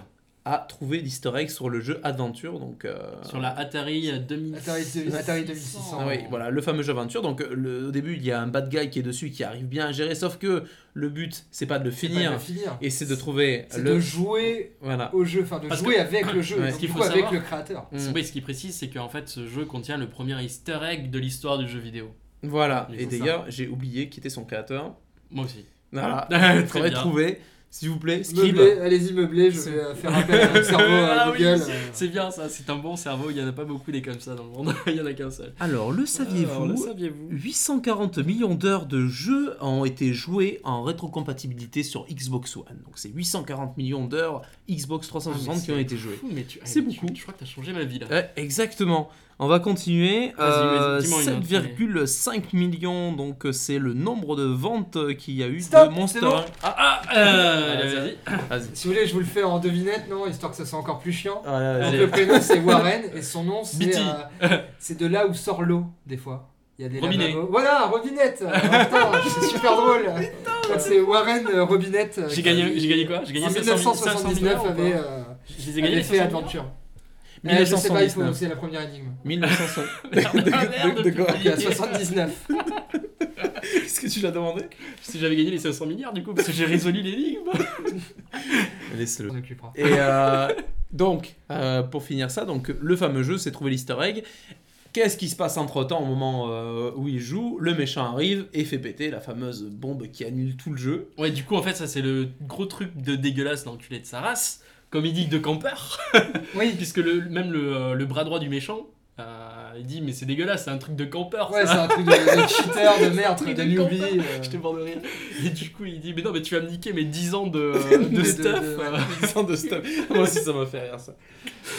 Speaker 2: à trouver l'easter egg sur le jeu Adventure. Donc, euh,
Speaker 3: Sur la Atari 2000.
Speaker 4: Atari, deux- Atari 2600.
Speaker 2: ah oui, voilà, le fameux jeu Adventure. Donc euh, le- au début il y a un bad guy qui est dessus qui arrive bien à gérer, sauf que le but c'est pas de le finir.
Speaker 4: Finir. finir.
Speaker 2: Et c'est de trouver
Speaker 4: C'est
Speaker 2: le
Speaker 4: de jouer
Speaker 2: voilà.
Speaker 4: au jeu, enfin de
Speaker 3: Parce
Speaker 4: jouer avec le jeu,
Speaker 2: Ouais.
Speaker 4: donc,
Speaker 2: Ce
Speaker 4: du
Speaker 3: qu'il
Speaker 4: coup
Speaker 3: faut
Speaker 4: avec
Speaker 3: savoir-
Speaker 4: le créateur.
Speaker 3: Oui, ce qui précise, c'est qu'en fait, ce jeu contient le premier easter egg de l'histoire du jeu vidéo.
Speaker 2: Voilà.
Speaker 3: Mais
Speaker 2: Et
Speaker 3: c'est ça.
Speaker 2: d'ailleurs, j'ai oublié qui était son créateur.
Speaker 3: Moi aussi.
Speaker 2: Voilà.
Speaker 3: Ah, Très
Speaker 2: Il faudrait
Speaker 3: bien.
Speaker 2: trouver, s'il vous plaît, Skib.
Speaker 4: Meublé, allez-y meublé, je
Speaker 3: C'est-
Speaker 4: vais euh, faire appel à mon cerveau à
Speaker 3: Ah oui,
Speaker 4: Google.
Speaker 3: c'est-
Speaker 4: euh.
Speaker 3: C'est bien ça, c'est un bon cerveau, il n'y en a pas beaucoup des comme ça dans le monde, il n'y en a qu'un seul.
Speaker 2: Alors, le
Speaker 3: Alors, le
Speaker 2: saviez-vous
Speaker 3: saviez-vous
Speaker 2: 840 millions d'heures de jeux ont été joués en rétrocompatibilité sur Xbox One. Donc c'est 840 millions d'heures Xbox 360
Speaker 3: Ah, mais
Speaker 2: qui ont
Speaker 3: c'est
Speaker 2: été jouées.
Speaker 3: Fou, mais tu- ah,
Speaker 2: C'est
Speaker 3: mais tu-
Speaker 2: beaucoup.
Speaker 3: Je crois que t'as changé ma vie là.
Speaker 2: Ouais, exactement. On va continuer.
Speaker 3: Vas-y, vas-y,
Speaker 2: Euh,
Speaker 3: dis-moi une autre,
Speaker 2: 7,5 millions, donc euh, c'est le nombre de ventes qu'il y a eu
Speaker 4: Stop,
Speaker 2: de
Speaker 4: c'est
Speaker 2: Monster.
Speaker 4: bon.
Speaker 2: Hunter.
Speaker 3: Ah ah euh,
Speaker 2: Vas-y.
Speaker 3: vas-y.
Speaker 2: Vas-y.
Speaker 4: Si vous voulez, je vous le fais en devinette, non Histoire que ça soit encore plus chiant.
Speaker 2: Voilà,
Speaker 4: Donc
Speaker 2: vas-y.
Speaker 4: le prénom c'est Warren et son nom c'est
Speaker 3: Bitty.
Speaker 4: euh, c'est de là où sort l'eau des fois. Il y a des
Speaker 3: Robinet.
Speaker 4: lavabos. Voilà, robinette. euh, putain, c'est super drôle. Donc, c'est Warren euh, robinette. euh,
Speaker 3: J'ai
Speaker 4: qui,
Speaker 3: gagné, j'ai gagné quoi J'ai gagné
Speaker 4: En
Speaker 3: 500 500
Speaker 4: 1979
Speaker 3: ou
Speaker 4: avait,
Speaker 3: pas
Speaker 4: euh,
Speaker 3: Je les ai gagnés
Speaker 4: avait
Speaker 3: les
Speaker 4: fait
Speaker 3: 500
Speaker 4: Adventure. Euh, je sais pas, il faut
Speaker 2: 1979.
Speaker 4: c'est la première énigme.
Speaker 2: 1900.
Speaker 3: merde,
Speaker 2: de quoi
Speaker 4: Donc, il y a 79.
Speaker 2: Qu'est-ce que tu l'as demandé
Speaker 3: Si j'avais gagné les 500 milliards du coup, parce que j'ai résolu l'énigme.
Speaker 2: Laisse-le.
Speaker 4: On occupera.
Speaker 2: Et euh, donc, euh, pour finir ça, donc le fameux jeu, c'est trouver l'easter egg. Qu'est-ce qui se passe entre temps au moment euh, où il joue Le méchant arrive et fait péter la fameuse bombe qui annule tout le jeu.
Speaker 3: Ouais, du coup, en fait, ça c'est le gros truc de dégueulasse d'enculé de sa race, comme il dit de campeur,
Speaker 4: Oui.
Speaker 3: puisque le, même le, euh, le bras droit du méchant, euh, il dit mais c'est dégueulasse, c'est un truc de campeur.
Speaker 4: Ouais, c'est
Speaker 3: ça.
Speaker 4: un truc de, de cheater, de merde,
Speaker 3: Truc
Speaker 4: de
Speaker 3: de
Speaker 4: newbie.
Speaker 3: campeur.
Speaker 4: euh.
Speaker 3: Je te mort de rire. Et du coup, il dit mais non, mais tu vas me niquer mes 10 ans de,
Speaker 4: De-
Speaker 3: de
Speaker 4: de-
Speaker 3: stuff.
Speaker 4: de-
Speaker 3: euh.
Speaker 2: Putain de stuff. Moi aussi, ça m'a fait rire ça.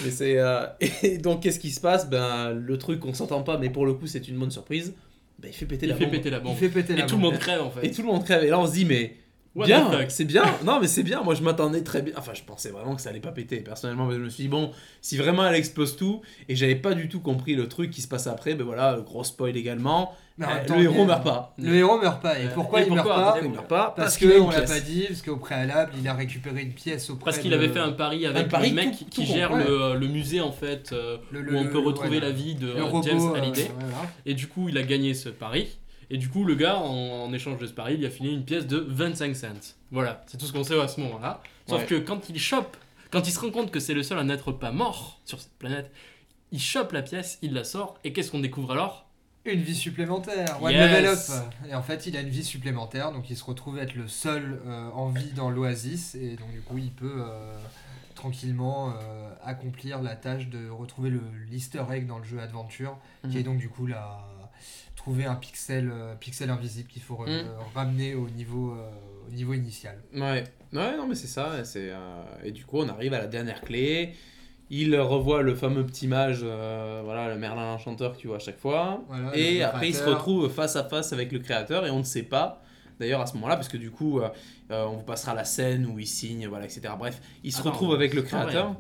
Speaker 2: Mais c'est euh, et donc qu'est-ce qui se passe Ben le truc on s'entend pas, mais pour le coup c'est une bonne surprise. Ben il fait péter
Speaker 3: Il
Speaker 2: la
Speaker 3: fait
Speaker 2: bombe.
Speaker 3: péter la bombe.
Speaker 4: Il fait péter
Speaker 3: Et
Speaker 4: la
Speaker 3: tout le
Speaker 4: bombe.
Speaker 3: monde crève en fait.
Speaker 2: Et tout le monde crève. Et là on se dit mais
Speaker 3: What the
Speaker 2: bien,
Speaker 3: fuck
Speaker 2: c'est bien. Non, mais c'est bien. Moi, je m'attendais très bien. Enfin, je pensais vraiment que ça allait pas péter. Personnellement, mais je me suis dit bon, si vraiment elle explose tout, et j'avais pas du tout compris le truc qui se passe après. Ben voilà, le gros spoil également.
Speaker 4: Mais en
Speaker 2: Euh,
Speaker 4: même temps,
Speaker 2: le héros
Speaker 4: il-
Speaker 2: meurt pas.
Speaker 4: Le héros meurt pas. Et
Speaker 3: Euh,
Speaker 4: pourquoi
Speaker 3: et
Speaker 4: il meurt
Speaker 3: pourquoi
Speaker 4: pas
Speaker 3: Parce
Speaker 2: Il meurt pas
Speaker 4: Parce
Speaker 2: qu'il a
Speaker 4: que
Speaker 2: une
Speaker 4: on l'a
Speaker 2: pièce.
Speaker 4: pas dit, parce qu'au préalable, il a récupéré une pièce auprès
Speaker 3: Parce qu'il
Speaker 4: de-
Speaker 3: avait fait un pari avec
Speaker 2: pari
Speaker 3: le mec
Speaker 2: tout- tout
Speaker 3: qui
Speaker 2: con,
Speaker 3: gère
Speaker 4: ouais.
Speaker 3: le, le musée en fait, euh,
Speaker 4: le,
Speaker 3: où on peut retrouver
Speaker 4: ouais,
Speaker 3: la vie de
Speaker 4: le
Speaker 3: euh,
Speaker 4: robot,
Speaker 3: James
Speaker 4: euh,
Speaker 3: Halliday.
Speaker 4: voilà.
Speaker 3: Et du coup, il a gagné ce pari. Et du coup, le gars, en, en échange de ce pari, il lui a filé une pièce de 25 cents. Voilà, c'est tout ce qu'on sait à ce moment-là. Sauf
Speaker 2: Ouais.
Speaker 3: que quand il chope, quand il se rend compte que c'est le seul à n'être pas mort sur cette planète, il chope la pièce, il la sort, et qu'est-ce qu'on découvre alors
Speaker 4: Une vie supplémentaire, one
Speaker 3: Yes.
Speaker 4: level up. Et en fait, il a une vie supplémentaire, donc il se retrouve à être le seul euh, en vie dans l'oasis, et donc du coup, il peut euh, tranquillement euh, accomplir la tâche de retrouver le l'Easter egg dans le jeu Adventure,
Speaker 2: Mhm.
Speaker 4: qui est donc du coup la trouver un pixel euh, pixel invisible qu'il faut re-
Speaker 2: Mhm.
Speaker 4: ramener au niveau euh, au niveau initial.
Speaker 2: Ouais, ouais, non, mais c'est ça. C'est euh, et du coup, on arrive à la dernière clé. Il revoit le fameux petit mage, euh, voilà, le Merlin enchanteur que tu vois à chaque fois.
Speaker 4: Voilà,
Speaker 2: Et
Speaker 4: le
Speaker 2: après, il se
Speaker 4: créateur.
Speaker 2: retrouve face à face avec le créateur et on ne sait pas. D'ailleurs, à ce moment-là, parce que du coup, euh, euh, on vous passera la scène où il signe, voilà, etc. Bref, il se
Speaker 3: Attends,
Speaker 2: retrouve avec le
Speaker 3: c'est pas
Speaker 2: créateur.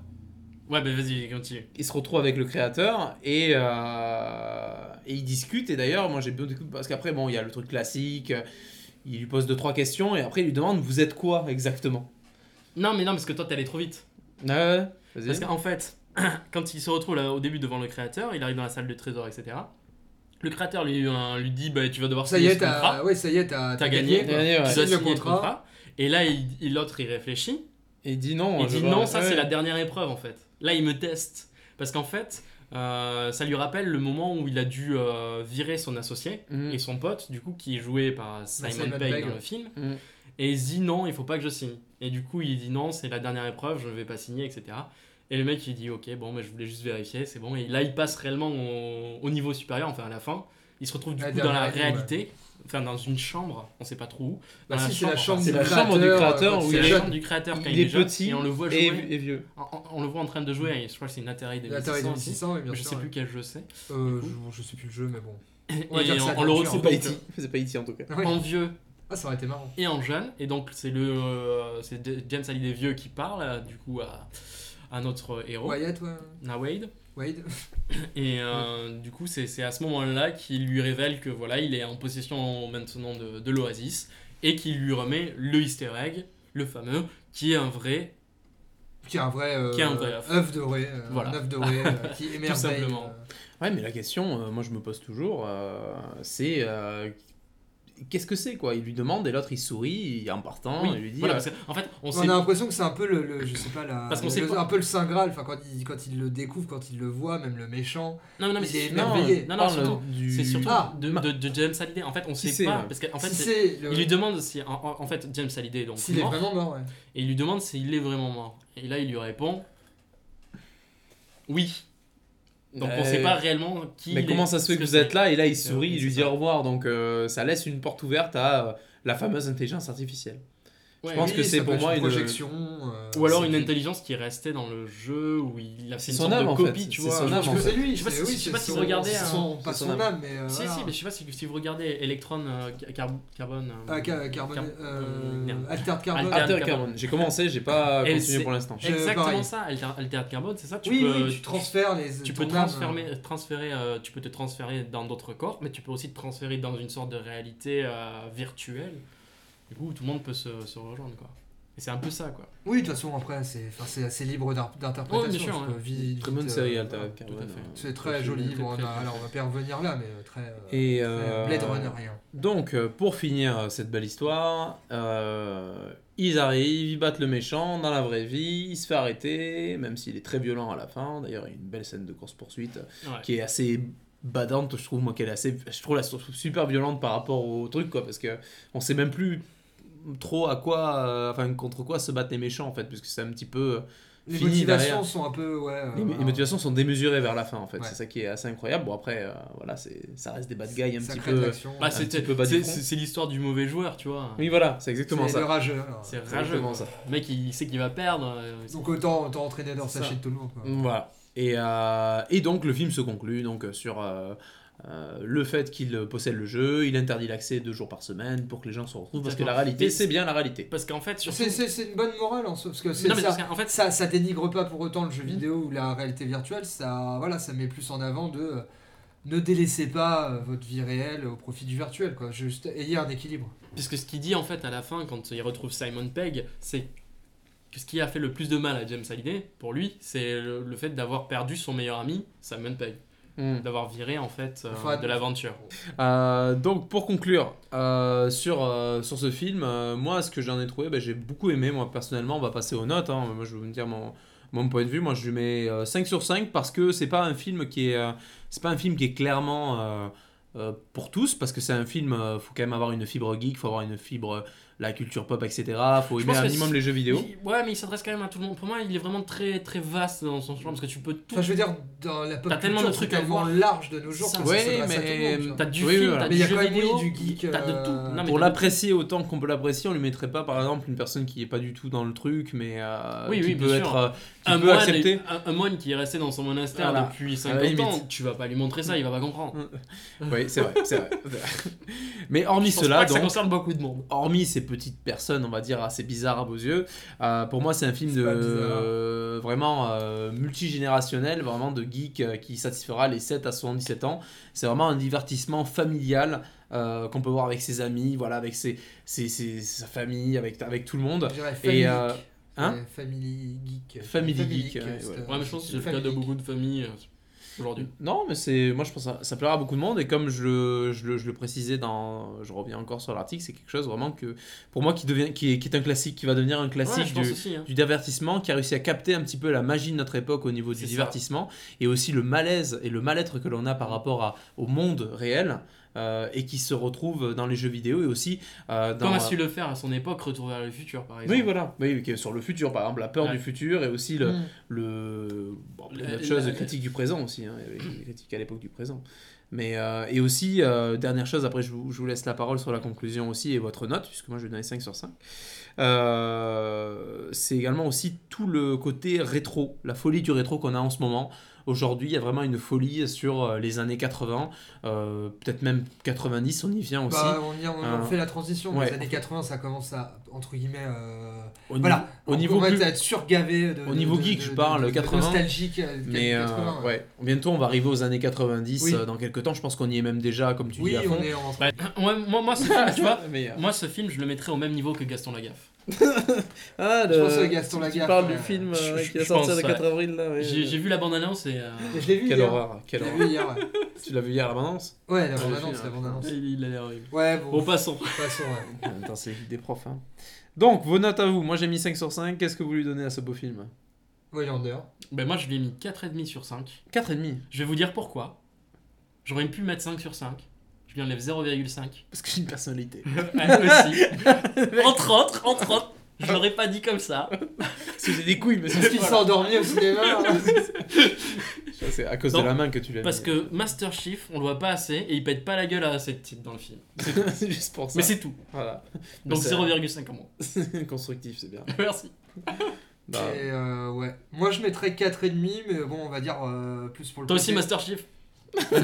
Speaker 3: Ouais, bah vas-y, continue.
Speaker 2: Il se retrouve avec le créateur et, euh, et ils discutent. Et d'ailleurs, moi, j'ai bien découvert parce qu'après, bon, il y a le truc classique. euh, Il lui pose deux trois questions et après, il lui demande vous êtes quoi exactement.
Speaker 3: Non, mais non, parce que toi, t'es allé trop vite.
Speaker 2: Ah Ouais, ouais, vas-y.
Speaker 3: Parce qu'en fait, quand il se retrouve là, au début devant le créateur, il arrive dans la salle de trésor, etc. Le créateur lui, euh, lui dit bah, Tu vas devoir
Speaker 4: Ça y
Speaker 3: signer
Speaker 4: est,
Speaker 3: ce contrat.
Speaker 4: t'as ouais, ça y est, t'as
Speaker 3: T'as
Speaker 4: t'as
Speaker 3: gagné,
Speaker 4: quoi.
Speaker 2: Dernier, ouais.
Speaker 3: Tu
Speaker 4: Signe
Speaker 3: dois
Speaker 4: le
Speaker 3: signer le
Speaker 4: contrat.
Speaker 3: contrat. Et là, il- il- l'autre, il, réfléchit.
Speaker 2: Et il dit
Speaker 4: Oh,
Speaker 2: non.
Speaker 3: Il
Speaker 2: je
Speaker 3: dit
Speaker 2: vois,
Speaker 3: non, ça,
Speaker 2: ouais.
Speaker 3: c'est la dernière épreuve, en fait. Là, il me teste. Parce qu'en fait, euh, ça lui rappelle le moment où il a dû euh, virer son associé
Speaker 2: Mhm.
Speaker 3: et son pote, du coup, qui est joué par Simon,
Speaker 4: Mm. Bah, Simon
Speaker 3: Pegg,
Speaker 4: Pegg.
Speaker 3: dans le film.
Speaker 2: Mm.
Speaker 3: Et il se dit non, il faut pas que je signe. Et du coup, il dit non, c'est la dernière épreuve, je ne vais pas signer, etc. Et le mec, il dit ok, bon, mais je voulais juste vérifier, c'est bon. Et là, il passe réellement au, au niveau supérieur, enfin à la fin. Il se retrouve du
Speaker 4: La
Speaker 3: coup dans la
Speaker 4: dernière ligne,
Speaker 3: réalité, enfin dans une chambre, on sait pas trop où.
Speaker 4: Bah
Speaker 3: Dans
Speaker 4: si, c'est la chambre,
Speaker 3: enfin,
Speaker 2: C'est
Speaker 4: du
Speaker 2: la chambre du créateur
Speaker 4: quand
Speaker 2: où
Speaker 3: c'est
Speaker 4: il
Speaker 3: la
Speaker 4: est jeune.
Speaker 3: chambre du créateur quand
Speaker 2: Il
Speaker 3: il,
Speaker 2: est
Speaker 3: est, jeune,
Speaker 2: petit
Speaker 3: et on le voit
Speaker 2: Et,
Speaker 3: jouer.
Speaker 2: et vieux.
Speaker 3: On, on le voit en train de jouer, et je crois que c'est une Atari 2600.
Speaker 4: L'Atari
Speaker 3: aussi.
Speaker 4: 2600, oui, bien
Speaker 3: je
Speaker 4: sûr.
Speaker 3: sais plus quel jeu c'est.
Speaker 4: Euh, je, je sais plus le jeu, mais bon.
Speaker 3: Et
Speaker 4: On va dire que c'est
Speaker 3: on, on le
Speaker 4: Adventure,
Speaker 2: C'est
Speaker 3: retrouve
Speaker 2: pas
Speaker 3: donc,
Speaker 2: E.T. C'est pas E.T. en tout cas.
Speaker 4: Ouais.
Speaker 3: en vieux
Speaker 4: Ah, ça aurait été marrant.
Speaker 3: et en jeune. Et donc, c'est le euh, c'est de- James Halliday vieux qui parle, euh, du coup, à, à notre euh, héros,
Speaker 4: Wyatt, ouais.
Speaker 3: à Wade.
Speaker 4: Wade.
Speaker 3: Et euh, du coup, c'est c'est à ce moment-là qu'il lui révèle que voilà, il est en possession maintenant de, de l'Oasis et qu'il lui remet le easter egg, le fameux, qui est un vrai.
Speaker 4: Qui est un vrai. euh,
Speaker 3: Qui est un vrai œuf.
Speaker 4: œuf doré. euh,
Speaker 3: Voilà.
Speaker 4: Un œuf doré euh, qui émerveille.
Speaker 3: simplement.
Speaker 4: euh,
Speaker 2: Ouais, mais la question, euh, moi je me pose toujours, euh, c'est euh, qu'est-ce que c'est quoi Il lui demande et l'autre il sourit en partant,
Speaker 3: Oui,
Speaker 2: il lui dit
Speaker 3: voilà,
Speaker 2: euh,
Speaker 3: parce que, en fait, on
Speaker 4: On a
Speaker 3: sait.
Speaker 4: l'impression que c'est un peu le, le- je sais pas, la-
Speaker 3: Parce qu'on sait
Speaker 4: le-
Speaker 3: pas-
Speaker 4: un peu le saint graal. Enfin, quand il, quand il le découvre, quand il le voit, même le méchant.
Speaker 3: Non, non, mais
Speaker 4: il est
Speaker 3: c'est
Speaker 2: non,
Speaker 3: non,
Speaker 4: émerveillé.
Speaker 3: non, non,
Speaker 2: parle
Speaker 3: surtout,
Speaker 2: du-
Speaker 3: c'est surtout
Speaker 4: Ah,
Speaker 3: de,
Speaker 2: ma-
Speaker 3: de, de James Hallyday. En fait, on sait
Speaker 2: c'est,
Speaker 3: pas
Speaker 2: ouais.
Speaker 3: parce qu'en fait,
Speaker 4: euh, Si
Speaker 3: c'est-
Speaker 4: c'est le-
Speaker 3: il lui demande si, en, en- en fait, James Hallyday est donc
Speaker 4: s'il est
Speaker 3: mort,
Speaker 4: vraiment mort, ouais.
Speaker 3: et il lui demande s'il est vraiment mort. Et là, il lui répond, oui. Donc, on
Speaker 2: Euh,
Speaker 3: sait pas réellement qui.
Speaker 2: Mais
Speaker 3: il
Speaker 2: comment
Speaker 3: est,
Speaker 2: ça se fait
Speaker 3: ce
Speaker 2: que vous
Speaker 3: c'est.
Speaker 2: êtes là Et là, il sourit,
Speaker 3: oui,
Speaker 2: il lui
Speaker 3: c'est
Speaker 2: dit
Speaker 3: ça.
Speaker 2: au revoir. Donc, euh, ça laisse une porte ouverte à euh, la fameuse intelligence artificielle.
Speaker 3: Ouais,
Speaker 2: je pense
Speaker 3: oui.
Speaker 2: que
Speaker 4: ça
Speaker 2: c'est
Speaker 4: peut
Speaker 2: pour
Speaker 4: être
Speaker 2: moi
Speaker 4: une
Speaker 2: une-
Speaker 4: projection. euh,
Speaker 3: Ou alors
Speaker 4: c'est-
Speaker 3: une intelligence qui est restée dans le jeu où il a fait
Speaker 2: C'est
Speaker 3: une
Speaker 2: son
Speaker 3: sorte
Speaker 2: âme,
Speaker 3: de
Speaker 2: en fait.
Speaker 3: copie, tu
Speaker 2: C'est
Speaker 3: vois.
Speaker 2: son âme,
Speaker 3: Je
Speaker 2: en
Speaker 3: sais-
Speaker 4: c'est lui,
Speaker 3: je sais pas
Speaker 4: c'est-
Speaker 3: si-
Speaker 4: oui,
Speaker 3: je sais pas
Speaker 4: c'est
Speaker 3: si vous
Speaker 4: son-
Speaker 3: regardez,
Speaker 4: c'est
Speaker 3: hein,
Speaker 4: son-
Speaker 2: c'est
Speaker 4: pas
Speaker 2: son
Speaker 4: son
Speaker 2: âme.
Speaker 4: âme, mais. euh,
Speaker 3: Si,
Speaker 4: voilà.
Speaker 3: si, mais je sais pas si, si vous regardez Electron, euh, Car- Carbone. euh,
Speaker 4: Ah, ca-
Speaker 3: Car-
Speaker 4: carbone.
Speaker 3: euh, merde.
Speaker 4: euh, Altered carbone.
Speaker 3: Altered
Speaker 2: Alter
Speaker 3: Carbone.
Speaker 2: Carbone. J'ai commencé, j'ai pas
Speaker 3: Et
Speaker 2: continué
Speaker 3: c'est-
Speaker 2: pour l'instant.
Speaker 4: Je-
Speaker 3: Exactement
Speaker 4: pareil.
Speaker 3: ça, alter, Altered Carbone, c'est ça tu
Speaker 4: Oui,
Speaker 3: peux,
Speaker 4: oui, tu transfères les.
Speaker 3: tu
Speaker 4: ton
Speaker 3: peux
Speaker 4: âme,
Speaker 3: transformer-
Speaker 4: euh,
Speaker 3: transférer, euh, tu peux te transférer dans d'autres corps, mais tu peux aussi te transférer dans une sorte de réalité euh, virtuelle. Du coup, tout le monde peut se, se rejoindre, quoi. Et c'est un peu ça, quoi.
Speaker 4: Oui, de toute façon, après, c'est enfin, c'est assez libre d'ar- d'interprétation.
Speaker 3: Oh, bien sûr,
Speaker 4: parce que
Speaker 3: ouais.
Speaker 4: vite-
Speaker 2: Très bonne
Speaker 4: vite,
Speaker 2: série,
Speaker 4: euh,
Speaker 2: Alter
Speaker 4: voilà.
Speaker 2: Carbone.
Speaker 3: tout à fait.
Speaker 4: C'est très
Speaker 3: Très,
Speaker 4: joli.
Speaker 3: très,
Speaker 4: bon,
Speaker 3: très,
Speaker 4: on a-
Speaker 3: très
Speaker 4: alors, on va pas y revenir là, mais euh, très. euh,
Speaker 2: Et.
Speaker 4: très
Speaker 2: euh,
Speaker 4: Blade Runner, rien.
Speaker 2: Donc, euh, pour finir euh, cette belle histoire, euh, ils arrivent, ils battent le méchant dans la vraie vie, il se fait arrêter, même s'il est très violent à la fin. D'ailleurs, il y a une belle scène de course-poursuite euh,
Speaker 3: Ouais.
Speaker 2: qui est assez badante, je trouve, moi, qu'elle est assez. Je trouve la je trouve super violente par rapport au truc, quoi, parce que on sait même plus trop à quoi, euh, enfin, contre quoi se battent les méchants, en fait, puisque c'est un petit peu.
Speaker 4: Les
Speaker 2: fini
Speaker 4: motivations
Speaker 2: derrière.
Speaker 4: sont un peu. Ouais. euh,
Speaker 2: Les, les
Speaker 4: voilà.
Speaker 2: motivations sont démesurées vers la fin, en fait.
Speaker 4: Ouais.
Speaker 2: C'est ça qui est assez incroyable. Bon, après, euh, voilà, c'est ça reste des bad guys un
Speaker 4: Ça
Speaker 2: petit
Speaker 4: crée de
Speaker 2: peu.
Speaker 4: l'action.
Speaker 3: Bah,
Speaker 4: C'est
Speaker 3: c'est-
Speaker 2: petit peu bas du
Speaker 3: c'est-
Speaker 2: front.
Speaker 3: c'est c'est l'histoire du mauvais joueur, tu vois.
Speaker 2: Oui, voilà, c'est exactement
Speaker 4: le
Speaker 2: ça.
Speaker 4: rageux. alors.
Speaker 3: C'est
Speaker 2: C'est
Speaker 3: rageux.
Speaker 2: exactement ça.
Speaker 3: Le mec, il sait qu'il va perdre. euh,
Speaker 4: Donc autant, autant entraîner dans
Speaker 3: C'est
Speaker 4: sa
Speaker 3: ça.
Speaker 4: de tout le monde. Quoi.
Speaker 2: Voilà. Et, euh, et donc le film se conclut donc euh, sur euh, euh, le fait qu'il euh, possède le jeu, il interdit l'accès deux jours par semaine pour que les gens se retrouvent parce que la
Speaker 3: D'accord.
Speaker 2: réalité
Speaker 3: Mais
Speaker 2: c'est
Speaker 3: c'est-
Speaker 2: bien la réalité.
Speaker 3: Parce qu'en fait, surtout.
Speaker 4: C'est- C'est c'est une bonne morale en soi, parce que c'est
Speaker 3: Non, mais Mm.
Speaker 4: ça,
Speaker 3: parce qu'en fait,
Speaker 4: ça, ça dénigre pas pour autant le jeu vidéo ou la réalité virtuelle, ça, voilà, ça met plus en avant de euh, ne délaissez pas euh, votre vie réelle au profit du virtuel, quoi. Juste ayez un équilibre.
Speaker 3: Puisque ce qu'il dit en fait à la fin quand il retrouve Simon Pegg, c'est que ce qui a fait le plus de mal à James Hallyday, pour lui, c'est le, le fait d'avoir perdu son meilleur ami, Simon Pegg, d'avoir viré en fait euh,
Speaker 4: Enfin,
Speaker 3: de l'aventure.
Speaker 2: Euh, donc pour conclure euh, sur, euh, sur ce film, euh, moi ce que j'en ai trouvé, ben, j'ai beaucoup aimé. Moi personnellement, on va passer aux notes. hein. Moi je vais vous dire mon, mon point de vue. Moi je lui mets euh, 5 sur 5 parce que c'est pas un film qui est euh, c'est pas un film qui est clairement euh, euh, pour tous parce que c'est un film. euh, faut quand même avoir une fibre geek, faut avoir une fibre euh, la culture pop, etc. Faut
Speaker 3: Je
Speaker 2: aimer
Speaker 3: pense
Speaker 2: un
Speaker 3: que
Speaker 2: minimum
Speaker 3: si-
Speaker 2: les jeux vidéo.
Speaker 3: Il- ouais, mais il s'adresse quand même à tout le monde. Pour moi, il est vraiment très très vaste dans son champ parce que tu peux tout.
Speaker 4: Enfin, je veux dire, dans la pop
Speaker 3: T'as tellement
Speaker 4: culture,
Speaker 3: de trucs
Speaker 4: c'est
Speaker 3: à
Speaker 4: tellement
Speaker 3: voir.
Speaker 4: large de nos jours,
Speaker 3: Ça,
Speaker 4: que
Speaker 2: ouais,
Speaker 4: ça s'adresse à tout
Speaker 2: mais-
Speaker 4: le monde. tu
Speaker 3: T'as
Speaker 4: vois.
Speaker 3: du
Speaker 2: Oui,
Speaker 3: film,
Speaker 2: oui, voilà.
Speaker 4: Mais
Speaker 3: t'as du
Speaker 4: il y a
Speaker 3: jeu
Speaker 4: quand même, oui,
Speaker 3: vidéo,
Speaker 4: du geek,
Speaker 3: t'as de tout.
Speaker 4: euh,
Speaker 3: Non, mais
Speaker 2: Pour
Speaker 3: t'as-
Speaker 2: l'apprécier autant qu'on peut l'apprécier, on lui mettrait pas par exemple une personne qui est pas du tout dans le truc, mais euh,
Speaker 3: Oui,
Speaker 2: qui
Speaker 3: oui,
Speaker 2: peut
Speaker 3: bien
Speaker 2: être
Speaker 3: sûr.
Speaker 2: euh, qui
Speaker 3: un,
Speaker 2: peut
Speaker 3: moine,
Speaker 2: accepter.
Speaker 3: un- un moine qui est resté dans son monastère
Speaker 2: Voilà. Ah
Speaker 3: depuis
Speaker 2: À la
Speaker 3: 50 ans,
Speaker 2: limite.
Speaker 3: tu vas pas lui montrer ça, il va pas
Speaker 2: Mm.
Speaker 3: comprendre.
Speaker 2: Oui, c'est vrai, c'est vrai. Mais hormis
Speaker 3: Je pense
Speaker 2: cela,
Speaker 3: pas que ça
Speaker 2: donc,
Speaker 3: concerne beaucoup de monde.
Speaker 2: hormis ces petites personnes, on va dire assez bizarres à vos yeux, euh, pour moi c'est un film
Speaker 4: C'est
Speaker 2: de
Speaker 4: pas bizarre.
Speaker 2: euh, vraiment euh, multigénérationnel, vraiment de geek euh, qui satisfera les 7 à 77 ans. C'est vraiment un divertissement familial euh, qu'on peut voir avec ses amis, voilà, avec ses, ses- ses- sa famille, avec, avec tout le monde.
Speaker 4: Je dirais family
Speaker 2: Et euh,
Speaker 4: geek.
Speaker 2: hein
Speaker 4: Euh, Family geek.
Speaker 2: Family geek,
Speaker 4: euh,
Speaker 2: ouais,
Speaker 4: c'est,
Speaker 2: ouais.
Speaker 4: euh,
Speaker 3: Ouais, mais je pense que c'est le cas
Speaker 4: family
Speaker 3: de
Speaker 4: geek.
Speaker 3: beaucoup de familles euh, aujourd'hui.
Speaker 2: Non, mais c'est, moi je pense que ça, ça plaira à beaucoup de monde et comme je le, je le, je le précisais dans, je reviens encore sur l'article, c'est quelque chose vraiment que, pour moi qui devient, qui est, qui est un classique, qui va devenir un
Speaker 3: Ouais, je
Speaker 2: classique
Speaker 3: pense
Speaker 2: du,
Speaker 3: aussi, hein.
Speaker 2: du divertissement, qui a réussi à capter un petit peu la magie de notre époque au niveau du
Speaker 3: C'est ça.
Speaker 2: divertissement et aussi le malaise et le mal-être que l'on a
Speaker 3: Mm.
Speaker 2: par rapport à, au monde réel euh, et qui se retrouve dans les jeux vidéo et aussi euh, dans
Speaker 3: Comme a su le faire à son époque, Retour vers le futur, par exemple.
Speaker 2: oui voilà oui qui est sur le futur par exemple la peur
Speaker 3: Ouais.
Speaker 2: du futur et aussi le
Speaker 4: Mm.
Speaker 2: le bon, après,
Speaker 3: La-
Speaker 2: d'autres choses
Speaker 3: la-
Speaker 2: critique du présent aussi hein. Il y avait des critiques à l'époque du présent mais euh, et aussi euh, dernière chose après je vous, je vous laisse la parole sur la conclusion aussi et votre note puisque moi je vais donner 5 sur 5 Euh, c'est également aussi tout le côté rétro la folie du rétro qu'on a en ce moment aujourd'hui il y a vraiment une folie sur euh, les années 80 euh, peut-être même 90 on y vient aussi
Speaker 4: Bah, on, y a- on
Speaker 3: Hein.
Speaker 2: Euh,
Speaker 4: fait la transition. dans
Speaker 2: ouais.
Speaker 4: Les années 80, ça commence à, entre guillemets, euh,
Speaker 2: au, ni-
Speaker 4: Voilà.
Speaker 2: au niveau
Speaker 4: on va
Speaker 2: plus-
Speaker 4: être surgavé de,
Speaker 2: au niveau
Speaker 4: de-
Speaker 2: geek,
Speaker 4: de-
Speaker 2: je
Speaker 4: de-
Speaker 2: parle,
Speaker 4: de- de
Speaker 2: 80.
Speaker 4: nostalgique. euh,
Speaker 2: Mais euh,
Speaker 4: 80, ouais.
Speaker 2: ouais, bientôt on va arriver aux années 90
Speaker 4: Oui.
Speaker 2: euh, dans quelques temps. Je pense qu'on y est même déjà, comme tu
Speaker 4: Oui,
Speaker 2: dis à fond.
Speaker 4: on est en
Speaker 3: Ouais, moi, moi, ce film, tu vois,
Speaker 2: Mais, euh,
Speaker 3: moi, ce film, je le mettrais au même niveau que Gaston Lagaffe.
Speaker 5: ah,
Speaker 2: Bah,
Speaker 4: Je
Speaker 5: le-
Speaker 2: euh,
Speaker 4: pense à Gaston
Speaker 5: tu- Tu
Speaker 4: Lagaffe,
Speaker 5: parles
Speaker 4: ouais.
Speaker 5: du film
Speaker 2: Je-
Speaker 5: euh,
Speaker 2: je-
Speaker 5: qui a
Speaker 2: je
Speaker 5: sorti
Speaker 2: pense,
Speaker 5: le
Speaker 2: ouais.
Speaker 5: 4 avril. Là, ouais.
Speaker 3: J'ai j'ai vu la bande-annonce et euh,
Speaker 4: Et Je l'ai vu
Speaker 2: Quelle
Speaker 4: hier.
Speaker 2: horreur,
Speaker 4: Je
Speaker 2: quelle
Speaker 4: l'ai
Speaker 2: horreur.
Speaker 4: vu hier, ouais.
Speaker 2: Tu l'as vu hier la bande-annonce
Speaker 4: Ouais, la
Speaker 2: Ah,
Speaker 4: bande
Speaker 2: le
Speaker 4: annonce,
Speaker 2: film,
Speaker 4: la bande annonce.
Speaker 3: il a l'air horrible.
Speaker 4: Ouais,
Speaker 3: Bon,
Speaker 4: bon,
Speaker 3: passons.
Speaker 4: passons, ouais.
Speaker 2: Attends, c'est des profs. Hein. Donc, vos notes à vous. Moi, j'ai mis 5 sur 5. Qu'est-ce que vous lui donnez à ce beau film
Speaker 4: Voyander.
Speaker 3: Ben, moi, je lui ai mis 4,5 sur 5.
Speaker 2: 4,5.
Speaker 3: Je vais vous dire pourquoi. J'aurais pu mettre 5 sur 5. Je lui enlève 0,5.
Speaker 2: Parce que j'ai une personnalité.
Speaker 3: Elle Ah, aussi. entre autres, entre autres. Je l'aurais pas dit comme ça.
Speaker 2: Parce que j'ai des couilles, mais
Speaker 4: Est-ce qu'il
Speaker 2: c'est
Speaker 4: s'est endormi au cinéma
Speaker 2: C'est à cause
Speaker 3: Non,
Speaker 2: de la main que tu l'as
Speaker 3: Parce
Speaker 2: mis.
Speaker 3: que Master Chief, on le voit pas assez et il pète pas la gueule à cette type dans le film.
Speaker 2: c'est juste pour ça.
Speaker 3: Mais c'est tout.
Speaker 2: Voilà. Mais
Speaker 3: Donc
Speaker 2: c'est-
Speaker 3: 0,5 en moins.
Speaker 2: Constructif, c'est bien.
Speaker 3: Merci.
Speaker 2: Bah,
Speaker 4: Et euh, ouais. Moi, je mettrais 4,5, mais bon, on va dire euh, plus pour le
Speaker 3: Toi aussi,
Speaker 4: côté-
Speaker 3: Master Chief
Speaker 4: Non,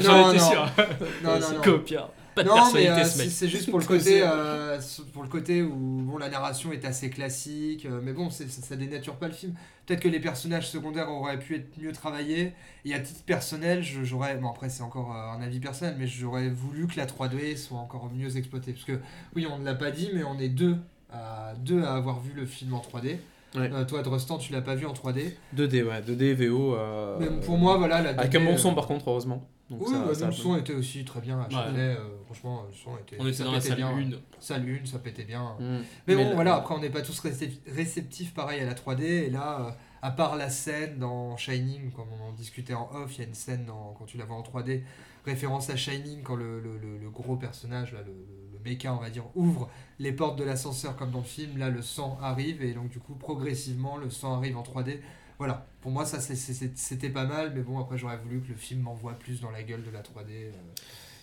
Speaker 3: J'en étais
Speaker 4: non.
Speaker 3: sûr.
Speaker 4: Non, non, non.
Speaker 3: Copiard. Pas de
Speaker 4: Non, mais
Speaker 3: personnalité,
Speaker 4: euh,
Speaker 3: ce
Speaker 4: si
Speaker 3: mec.
Speaker 4: c'est juste pour le côté, euh, pour le côté où bon, la narration est assez classique, euh, mais bon, c'est- ça, ça dénature pas le film. Peut-être que les personnages secondaires auraient pu être mieux travaillés. Et à titre personnel, je- j'aurais, bon après c'est encore euh, un avis personnel, mais j'aurais voulu que la 3D soit encore mieux exploitée, parce que oui, on ne l'a pas dit, mais on est deux à deux à avoir vu le film en 3D.
Speaker 2: Ouais.
Speaker 4: Euh, toi, Drostan, tu l'as pas vu en 3D.
Speaker 2: 2D, ouais. 2D, VO. euh,
Speaker 4: mais pour moi, voilà, la
Speaker 2: Avec
Speaker 4: 2D,
Speaker 2: un bon son,
Speaker 4: euh,
Speaker 2: par contre, heureusement. Donc,
Speaker 4: oui,
Speaker 2: ça-
Speaker 4: bah,
Speaker 2: ça-
Speaker 4: le son était aussi très bien. à Châtelet, euh, franchement, le son était.
Speaker 3: On était
Speaker 4: ça
Speaker 3: dans la
Speaker 4: pétait
Speaker 3: salle
Speaker 4: bien.
Speaker 3: 1.
Speaker 4: Salle une, ça pétait bien.
Speaker 2: Mm.
Speaker 4: Mais,
Speaker 2: Mais
Speaker 4: bon,
Speaker 2: la-
Speaker 4: voilà, après, on n'est pas tous récep- réceptifs pareil à la 3D. Et là, euh, à part la scène dans Shining, comme on en discutait en off, il y a une scène dans- quand tu la vois en 3D, référence à Shining, quand le, le- le- le gros personnage, là, le, le- le mecha, on va dire, ouvre les portes de l'ascenseur comme dans le film. Là, le sang arrive. Et donc, du coup, progressivement, le sang arrive en 3D. Voilà, pour moi, ça c'est- c'est- c'était pas mal. Mais bon, après, j'aurais voulu que le film m'envoie plus dans la gueule de la 3D. euh,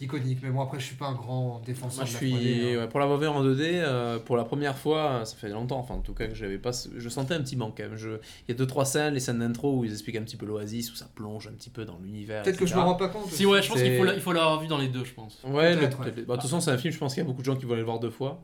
Speaker 4: iconique. Mais bon, après, je suis pas un grand défenseur
Speaker 2: Moi, je
Speaker 4: de la
Speaker 2: suis
Speaker 4: 3D. hein.
Speaker 2: ouais, pour l'avoir vu en 2D euh, pour la première fois, euh, ça fait longtemps, enfin en tout cas que j'avais pas, je sentais un petit manque quand même. Je- Il y a deux trois scènes, les scènes d'intro où ils expliquent un petit peu l'Oasis, où ça plonge un petit peu dans l'univers.
Speaker 4: Peut-être que je
Speaker 2: etc.
Speaker 4: me rends pas compte.
Speaker 3: Euh, Si, ouais, je pense
Speaker 2: C'est-
Speaker 3: qu'il faut la- il faut l'avoir vu dans les deux, je pense.
Speaker 2: Ouais, le-
Speaker 4: Peut-être, ouais.
Speaker 2: peut-être- bah, de toute façon c'est un film, je pense qu'il y a beaucoup de gens qui vont aller le voir deux fois.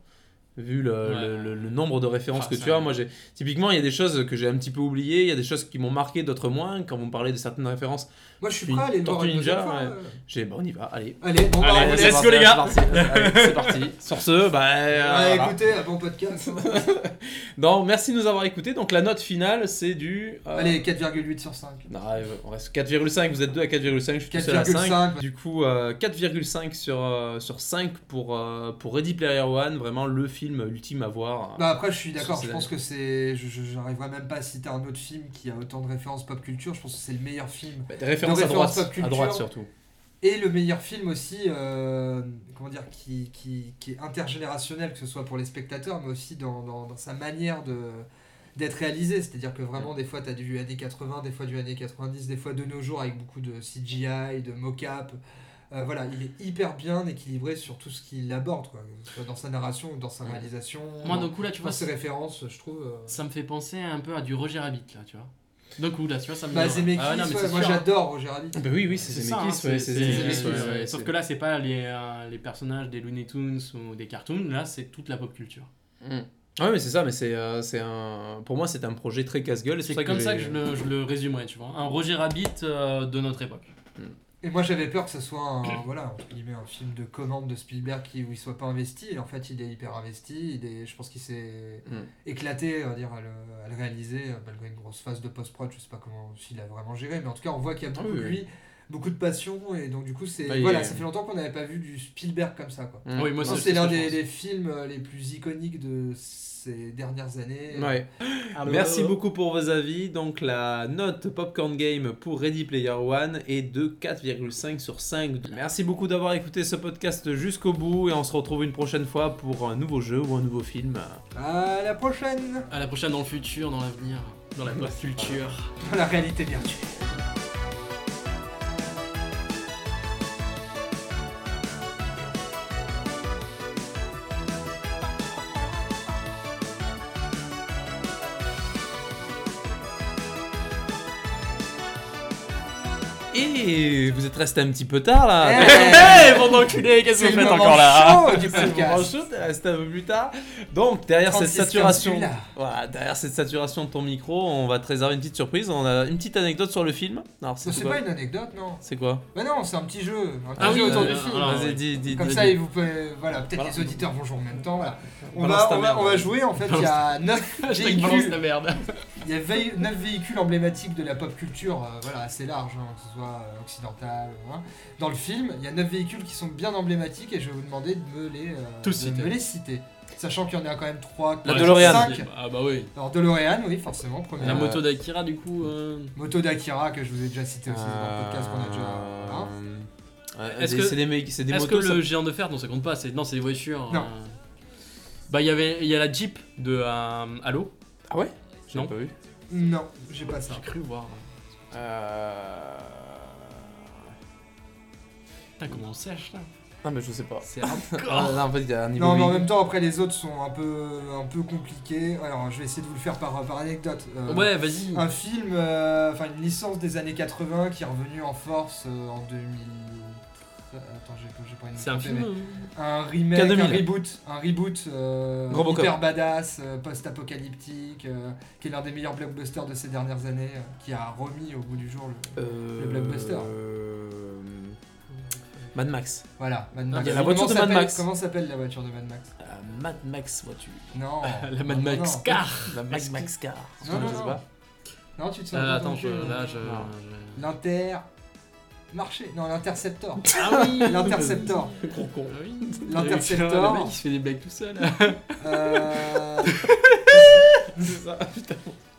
Speaker 2: Vu le,
Speaker 3: Ouais.
Speaker 2: le- le- le nombre de références
Speaker 3: Ah,
Speaker 2: que
Speaker 3: ça,
Speaker 2: tu as,
Speaker 3: ouais.
Speaker 2: moi j'ai typiquement il y a des choses que j'ai un petit peu oubliées, il y a des choses qui m'ont marqué, d'autres moins. Quand vous me parlez de certaines références,
Speaker 4: Moi, je suis
Speaker 2: Puis
Speaker 4: prêt à aller le voir
Speaker 2: Tortue
Speaker 4: une deuxième
Speaker 2: Ninja,
Speaker 4: fois.
Speaker 2: ouais.
Speaker 4: euh.
Speaker 2: j'ai bah on y va, allez.
Speaker 4: Allez, bon, bah,
Speaker 2: Allez,
Speaker 4: on
Speaker 2: c'est
Speaker 4: laisse.
Speaker 3: let's go, les gars.
Speaker 2: parti, c'est parti. Allez, C'est parti. Sur ce, bah euh,
Speaker 4: Allez,
Speaker 2: voilà.
Speaker 4: écoutez, un bon podcast.
Speaker 2: Non, merci de nous avoir écoutés. Donc la note finale, c'est du. euh,
Speaker 4: Allez, 4,8 sur 5.
Speaker 2: Non, on reste 4,5. Vous êtes deux à 4,5. Je suis tout seul à 5.
Speaker 4: 4,5.
Speaker 2: Du coup, euh, 4,5 sur, euh, sur 5 pour, euh, pour Ready Player One. Vraiment le film ultime à voir.
Speaker 4: Bah après, je suis d'accord,
Speaker 2: Ça,
Speaker 4: je
Speaker 2: c'est-
Speaker 4: pense que c'est. je- je- J'arriverai même pas à citer un autre film qui a autant de références pop culture. Je pense que c'est le meilleur film.
Speaker 2: Bah, des références
Speaker 4: de
Speaker 2: à droite.
Speaker 4: références pop culture.
Speaker 2: À droite surtout.
Speaker 4: Et le meilleur film aussi, euh, comment dire, qui, qui, qui est intergénérationnel, que ce soit pour les spectateurs, mais aussi dans, dans- dans sa manière de d'être réalisé, c'est-à-dire que vraiment
Speaker 3: Mm.
Speaker 4: des fois tu as du années 80, des fois du années 90, des fois de nos jours avec beaucoup de CGI, de mocap, Euh, voilà, il est hyper bien équilibré sur tout ce qu'il aborde, quoi, que ce soit dans sa narration, dans sa
Speaker 2: Ouais.
Speaker 4: réalisation,
Speaker 3: Moi,
Speaker 4: dans,
Speaker 3: d'un coup, là, tu
Speaker 4: dans
Speaker 3: vois,
Speaker 4: ses références, je trouve. euh.
Speaker 3: ça me fait penser un peu à du Roger Rabbit, là, tu vois. D'un coup, là, tu vois, ça me.
Speaker 4: Bah, Zemeckis,
Speaker 3: Ah, non, mais
Speaker 4: ouais,
Speaker 3: c'est
Speaker 4: moi
Speaker 3: sûr, hein.
Speaker 4: j'adore Roger Rabbit.
Speaker 2: Bah oui, oui, c'est
Speaker 3: C'est
Speaker 2: Zemeckis.
Speaker 3: ça, hein,
Speaker 2: ouais, c'est
Speaker 3: c'est- c'est-
Speaker 2: Zemeckis,
Speaker 4: Zemeckis,
Speaker 2: ouais,
Speaker 4: ouais.
Speaker 2: ouais,
Speaker 3: Sauf
Speaker 2: c'est-
Speaker 3: que là, c'est pas les, euh, les personnages des Looney Tunes ou des cartoons, là, c'est toute la pop culture.
Speaker 2: Ouais, Ah mais c'est ça. Mais c'est euh, c'est un. Pour moi, c'est un projet très casse-gueule. et
Speaker 3: C'est
Speaker 2: pour
Speaker 3: comme ça que
Speaker 2: j'ai-
Speaker 3: je le, je le résumerais, tu vois. Un Roger Rabbit euh, de notre époque.
Speaker 4: Et moi j'avais peur que ce soit un, voilà, entre guillemets, un film de commande de Spielberg qui, où il soit pas investi. Et en fait, il est hyper investi. Il est, je pense qu'il s'est
Speaker 2: Mm.
Speaker 4: éclaté on va dire, à, le, à le réaliser, euh, malgré une grosse phase de post-prod. Je sais pas comment s'il a vraiment géré, mais en tout cas, on voit qu'il y a
Speaker 2: Ah
Speaker 4: beaucoup
Speaker 2: oui,
Speaker 4: de
Speaker 2: oui.
Speaker 4: lui, beaucoup de passion. Et donc, du coup, c'est
Speaker 2: Ah, il
Speaker 4: voilà,
Speaker 2: est-
Speaker 4: ça fait longtemps qu'on n'avait pas vu du Spielberg comme ça. Quoi.
Speaker 2: Mm.
Speaker 3: Oui, moi,
Speaker 4: Je pense que
Speaker 3: c'est
Speaker 4: c'est l'un
Speaker 3: ce que je
Speaker 4: des,
Speaker 3: pense.
Speaker 4: des films euh, les plus iconiques de ces dernières années.
Speaker 2: Ouais. Merci beaucoup pour vos avis. Donc la note Popcorn Game pour Ready Player One est de 4,5 sur 5. Merci beaucoup d'avoir écouté ce podcast jusqu'au bout et on se retrouve une prochaine fois pour un nouveau jeu ou un nouveau film.
Speaker 4: À la prochaine
Speaker 3: À la prochaine, dans le futur, dans l'avenir, dans la pop culture.
Speaker 4: dans la réalité virtuelle.
Speaker 2: Et Et vous êtes resté un petit peu tard là.
Speaker 4: Eh,
Speaker 2: Eh, bande d'enculés, qu'est-ce que
Speaker 4: c'est
Speaker 2: vous
Speaker 4: le
Speaker 2: faites
Speaker 4: moment
Speaker 2: encore là hein
Speaker 4: chaud du
Speaker 2: C'est le moment
Speaker 4: podcast.
Speaker 2: chaud, t'es resté un peu plus tard. Donc derrière cette
Speaker 4: 36,
Speaker 2: saturation,
Speaker 4: celui-là.
Speaker 2: voilà, derrière cette saturation de ton micro, on va te réserver une petite surprise. On a une petite anecdote sur le film. Alors
Speaker 4: Non,
Speaker 2: c'est
Speaker 4: C'est
Speaker 2: quoi
Speaker 4: pas une anecdote, non
Speaker 2: C'est quoi
Speaker 4: Bah non, c'est un petit jeu. Un petit
Speaker 3: Ah oui,
Speaker 4: jeu autour
Speaker 3: euh,
Speaker 4: du film.
Speaker 3: alors,
Speaker 2: Vas-y, dis, dis,
Speaker 4: Comme
Speaker 2: dis-
Speaker 4: ça,
Speaker 2: dis.
Speaker 4: ils vous pouvez- voilà, peut-être
Speaker 2: Voilà.
Speaker 4: les auditeurs vont jouer en même temps. Voilà. On,
Speaker 2: Balance
Speaker 4: va,
Speaker 2: ta
Speaker 4: on,
Speaker 2: merde.
Speaker 4: va, on va jouer, en fait, il y a 9
Speaker 3: Hashtag balance ta
Speaker 4: véhicules,
Speaker 3: merde.
Speaker 4: il y a veille- neuf véhicules emblématiques de la pop culture, euh, voilà, assez large, hein, que ce soit euh, occidental. ou, hein. Dans le film, il y a 9 véhicules qui sont bien emblématiques et je vais vous demander de me les, euh,
Speaker 3: Tous
Speaker 4: de
Speaker 3: citer.
Speaker 4: me les citer. Sachant qu'il y en a quand même 3,
Speaker 2: La
Speaker 3: Ouais,
Speaker 2: DeLorean.
Speaker 3: c'est-
Speaker 4: 5.
Speaker 3: Ah bah oui.
Speaker 4: Alors DeLorean, oui, forcément, première.
Speaker 3: La
Speaker 2: Euh,
Speaker 3: moto d'Akira, du coup. euh,
Speaker 4: Moto d'Akira que je vous ai déjà cité aussi dans le podcast qu'on a déjà. hein.
Speaker 2: Euh,
Speaker 3: Est-ce
Speaker 2: des-
Speaker 3: que-
Speaker 2: c'est des, mé- c'est des
Speaker 3: Est-ce que
Speaker 2: motos ça
Speaker 3: le géant de fer, non, ça compte pas c'est... Non, c'est des voitures.
Speaker 4: Non.
Speaker 3: euh. Bah, il y avait il y a la Jeep de euh, Halo.
Speaker 2: Ah ouais J'ai
Speaker 3: Non.
Speaker 2: pas vu.
Speaker 4: Non, j'ai pas ça.
Speaker 3: J'ai cru voir.
Speaker 2: Euh...
Speaker 3: Putain, comment on sèche là
Speaker 2: Non mais je sais pas.
Speaker 3: C'est
Speaker 2: Ah,
Speaker 3: hardcore.
Speaker 2: non, en fait, il y a un niveau
Speaker 4: Non, mais en
Speaker 2: huit.
Speaker 4: même temps, après les autres sont un peu, un peu compliqués. Alors, je vais essayer de vous le faire par, par anecdote.
Speaker 2: Ah.
Speaker 4: Euh,
Speaker 3: ouais, vas-y.
Speaker 4: Un film, euh, enfin une licence des années 80 qui est revenue en force euh, en 2000. Euh, Attends, j'ai pas- j'ai pas une.
Speaker 3: C'est un film. euh,
Speaker 4: Un remake,
Speaker 2: K2000.
Speaker 4: un reboot, un reboot euh,
Speaker 2: Robocop.
Speaker 4: hyper badass, euh, post-apocalyptique, euh, qui est l'un des meilleurs blockbusters de ces dernières années, euh, qui a remis au bout du jour le.
Speaker 2: Euh,
Speaker 4: Le blockbuster.
Speaker 2: euh, Mad Max.
Speaker 4: Voilà, Mad
Speaker 3: Ah,
Speaker 4: Max.
Speaker 3: il y a
Speaker 2: la voiture de Mad
Speaker 4: s'appelle-
Speaker 2: Max.
Speaker 4: Comment s'appelle la voiture de Mad Max
Speaker 2: Euh, Mad Max voiture.
Speaker 4: Non.
Speaker 3: La Mad
Speaker 4: non, non,
Speaker 3: Max
Speaker 4: non.
Speaker 3: Car.
Speaker 2: La Mad Max car.
Speaker 4: Non, non,
Speaker 2: je sais
Speaker 4: non.
Speaker 2: pas.
Speaker 4: Non, tu te sens
Speaker 3: Euh,
Speaker 4: pas
Speaker 3: attends,
Speaker 4: tenté,
Speaker 3: je,
Speaker 4: euh,
Speaker 3: là, je.
Speaker 2: Non.
Speaker 3: je-
Speaker 4: L'inter. Marché. Non, l'interceptor.
Speaker 3: Ah oui
Speaker 4: L'interceptor.
Speaker 3: Gros con. Ah oui.
Speaker 4: L'interceptor.
Speaker 3: Le mec, il se fait des blagues tout seul. E
Speaker 4: Euh,
Speaker 3: C'est ça. Putain.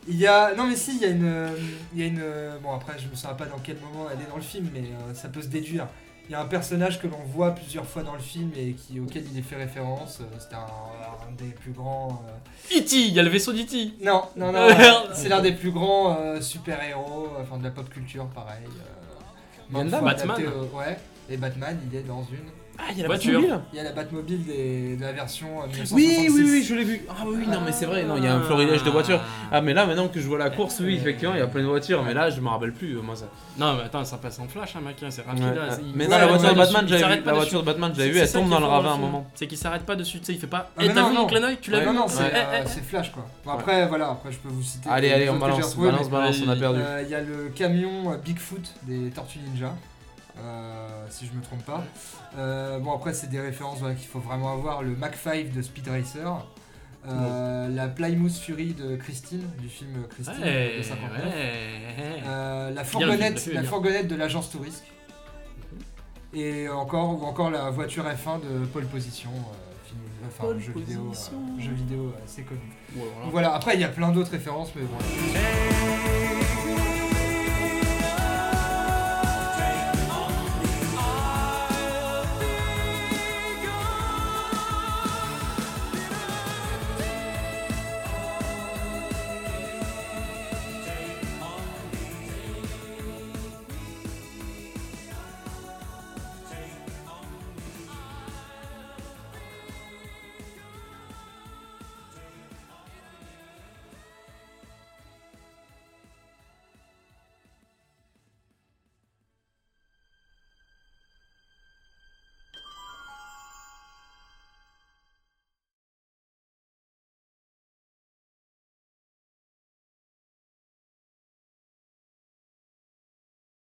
Speaker 4: Il y a. Non, mais si, il y a une. euh, Il y a une. euh, Bon, après, je me souviens pas dans quel moment elle est dans le film, mais euh, ça peut se déduire. Il y a un personnage que l'on voit plusieurs fois dans le film et qui, auquel il est fait référence. euh, C'est un, un des plus grands. euh,
Speaker 3: E.T. Il y a le vaisseau d'E.T.
Speaker 4: Non, non, non.
Speaker 3: Merde.
Speaker 4: euh, c'est l'un des plus grands euh, super-héros, euh, enfin de la pop culture, pareil. euh, maintes
Speaker 2: Gundam.
Speaker 4: fois adapté
Speaker 3: Batman.
Speaker 4: au- Ouais, et Batman, il est dans une.
Speaker 2: Ah, il y a la
Speaker 3: Voiture.
Speaker 2: Batmobile
Speaker 4: Il y a la Batmobile des- de la version euh,
Speaker 2: Oui,
Speaker 4: 1966.
Speaker 2: oui, oui, je l'ai vu. Ah oui, non, mais c'est vrai, non, il y
Speaker 3: Ah.
Speaker 2: a un florilège de voitures. Ah, mais là, maintenant que je vois la course, oui, effectivement, il y a plein de voitures, mais là, je me rappelle plus, moi, ça.
Speaker 3: Non, mais attends, ça passe en flash, hein, mec, c'est rapide.
Speaker 2: Ouais,
Speaker 3: là,
Speaker 2: ouais.
Speaker 3: c'est- il-
Speaker 2: Ah. Mais
Speaker 4: ouais,
Speaker 2: non, la
Speaker 4: ouais,
Speaker 2: voiture
Speaker 4: ouais,
Speaker 2: de Batman,
Speaker 3: il
Speaker 2: j'avais
Speaker 3: s'arrête
Speaker 2: vu.
Speaker 3: pas
Speaker 2: La
Speaker 3: dessus.
Speaker 2: voiture de Batman,
Speaker 3: C'est-
Speaker 2: j'avais vu,
Speaker 3: c'est
Speaker 2: elle
Speaker 3: ça
Speaker 2: tombe
Speaker 3: qui
Speaker 2: dans
Speaker 3: est
Speaker 2: le
Speaker 3: fort
Speaker 2: ravin à un
Speaker 3: le film.
Speaker 2: moment.
Speaker 3: C'est qu'il s'arrête pas de suite, tu sais, il fait pas.
Speaker 4: Ah,
Speaker 3: Eh,
Speaker 4: mais
Speaker 3: t'as
Speaker 4: non,
Speaker 3: vu mon
Speaker 4: non.
Speaker 3: clin d'œil Tu l'as
Speaker 2: Ouais,
Speaker 3: vu
Speaker 4: Non, non,
Speaker 2: Ouais.
Speaker 4: c'est euh,
Speaker 3: eh, eh,
Speaker 4: c'est Flash quoi. Bon,
Speaker 2: Ouais.
Speaker 4: après, voilà, après je peux vous citer.
Speaker 2: Allez,
Speaker 4: des
Speaker 2: allez, on
Speaker 4: choses que j'ai
Speaker 2: balance,
Speaker 4: retrouvées,
Speaker 2: balance,
Speaker 4: mais,
Speaker 2: balance, on a
Speaker 3: mais-
Speaker 2: perdu.
Speaker 4: euh, Il y a le camion euh, Bigfoot des Tortues Ninja, euh, si je me trompe pas. Euh, bon, après, c'est des références voilà, qu'il faut vraiment avoir. Le Mac 5 de Speed Racer. euh, La Plymouth Fury de Christine, du film
Speaker 3: Ouais,
Speaker 4: Christine de 59.
Speaker 3: ouais.
Speaker 4: Euh, la
Speaker 3: film,
Speaker 4: fourgonnette,
Speaker 3: le film est
Speaker 4: la
Speaker 3: bien.
Speaker 4: fourgonnette de l'agence Tourisque. Et encore, ou encore la voiture F1 de Pole Position, euh, film- enfin,
Speaker 3: Pole
Speaker 4: jeu vidéo,
Speaker 3: Position.
Speaker 4: euh, jeu vidéo assez connu.
Speaker 2: Ah.
Speaker 3: Ou alors là.
Speaker 4: Donc voilà, après il y a plein d'autres références, mais bon.
Speaker 1: Take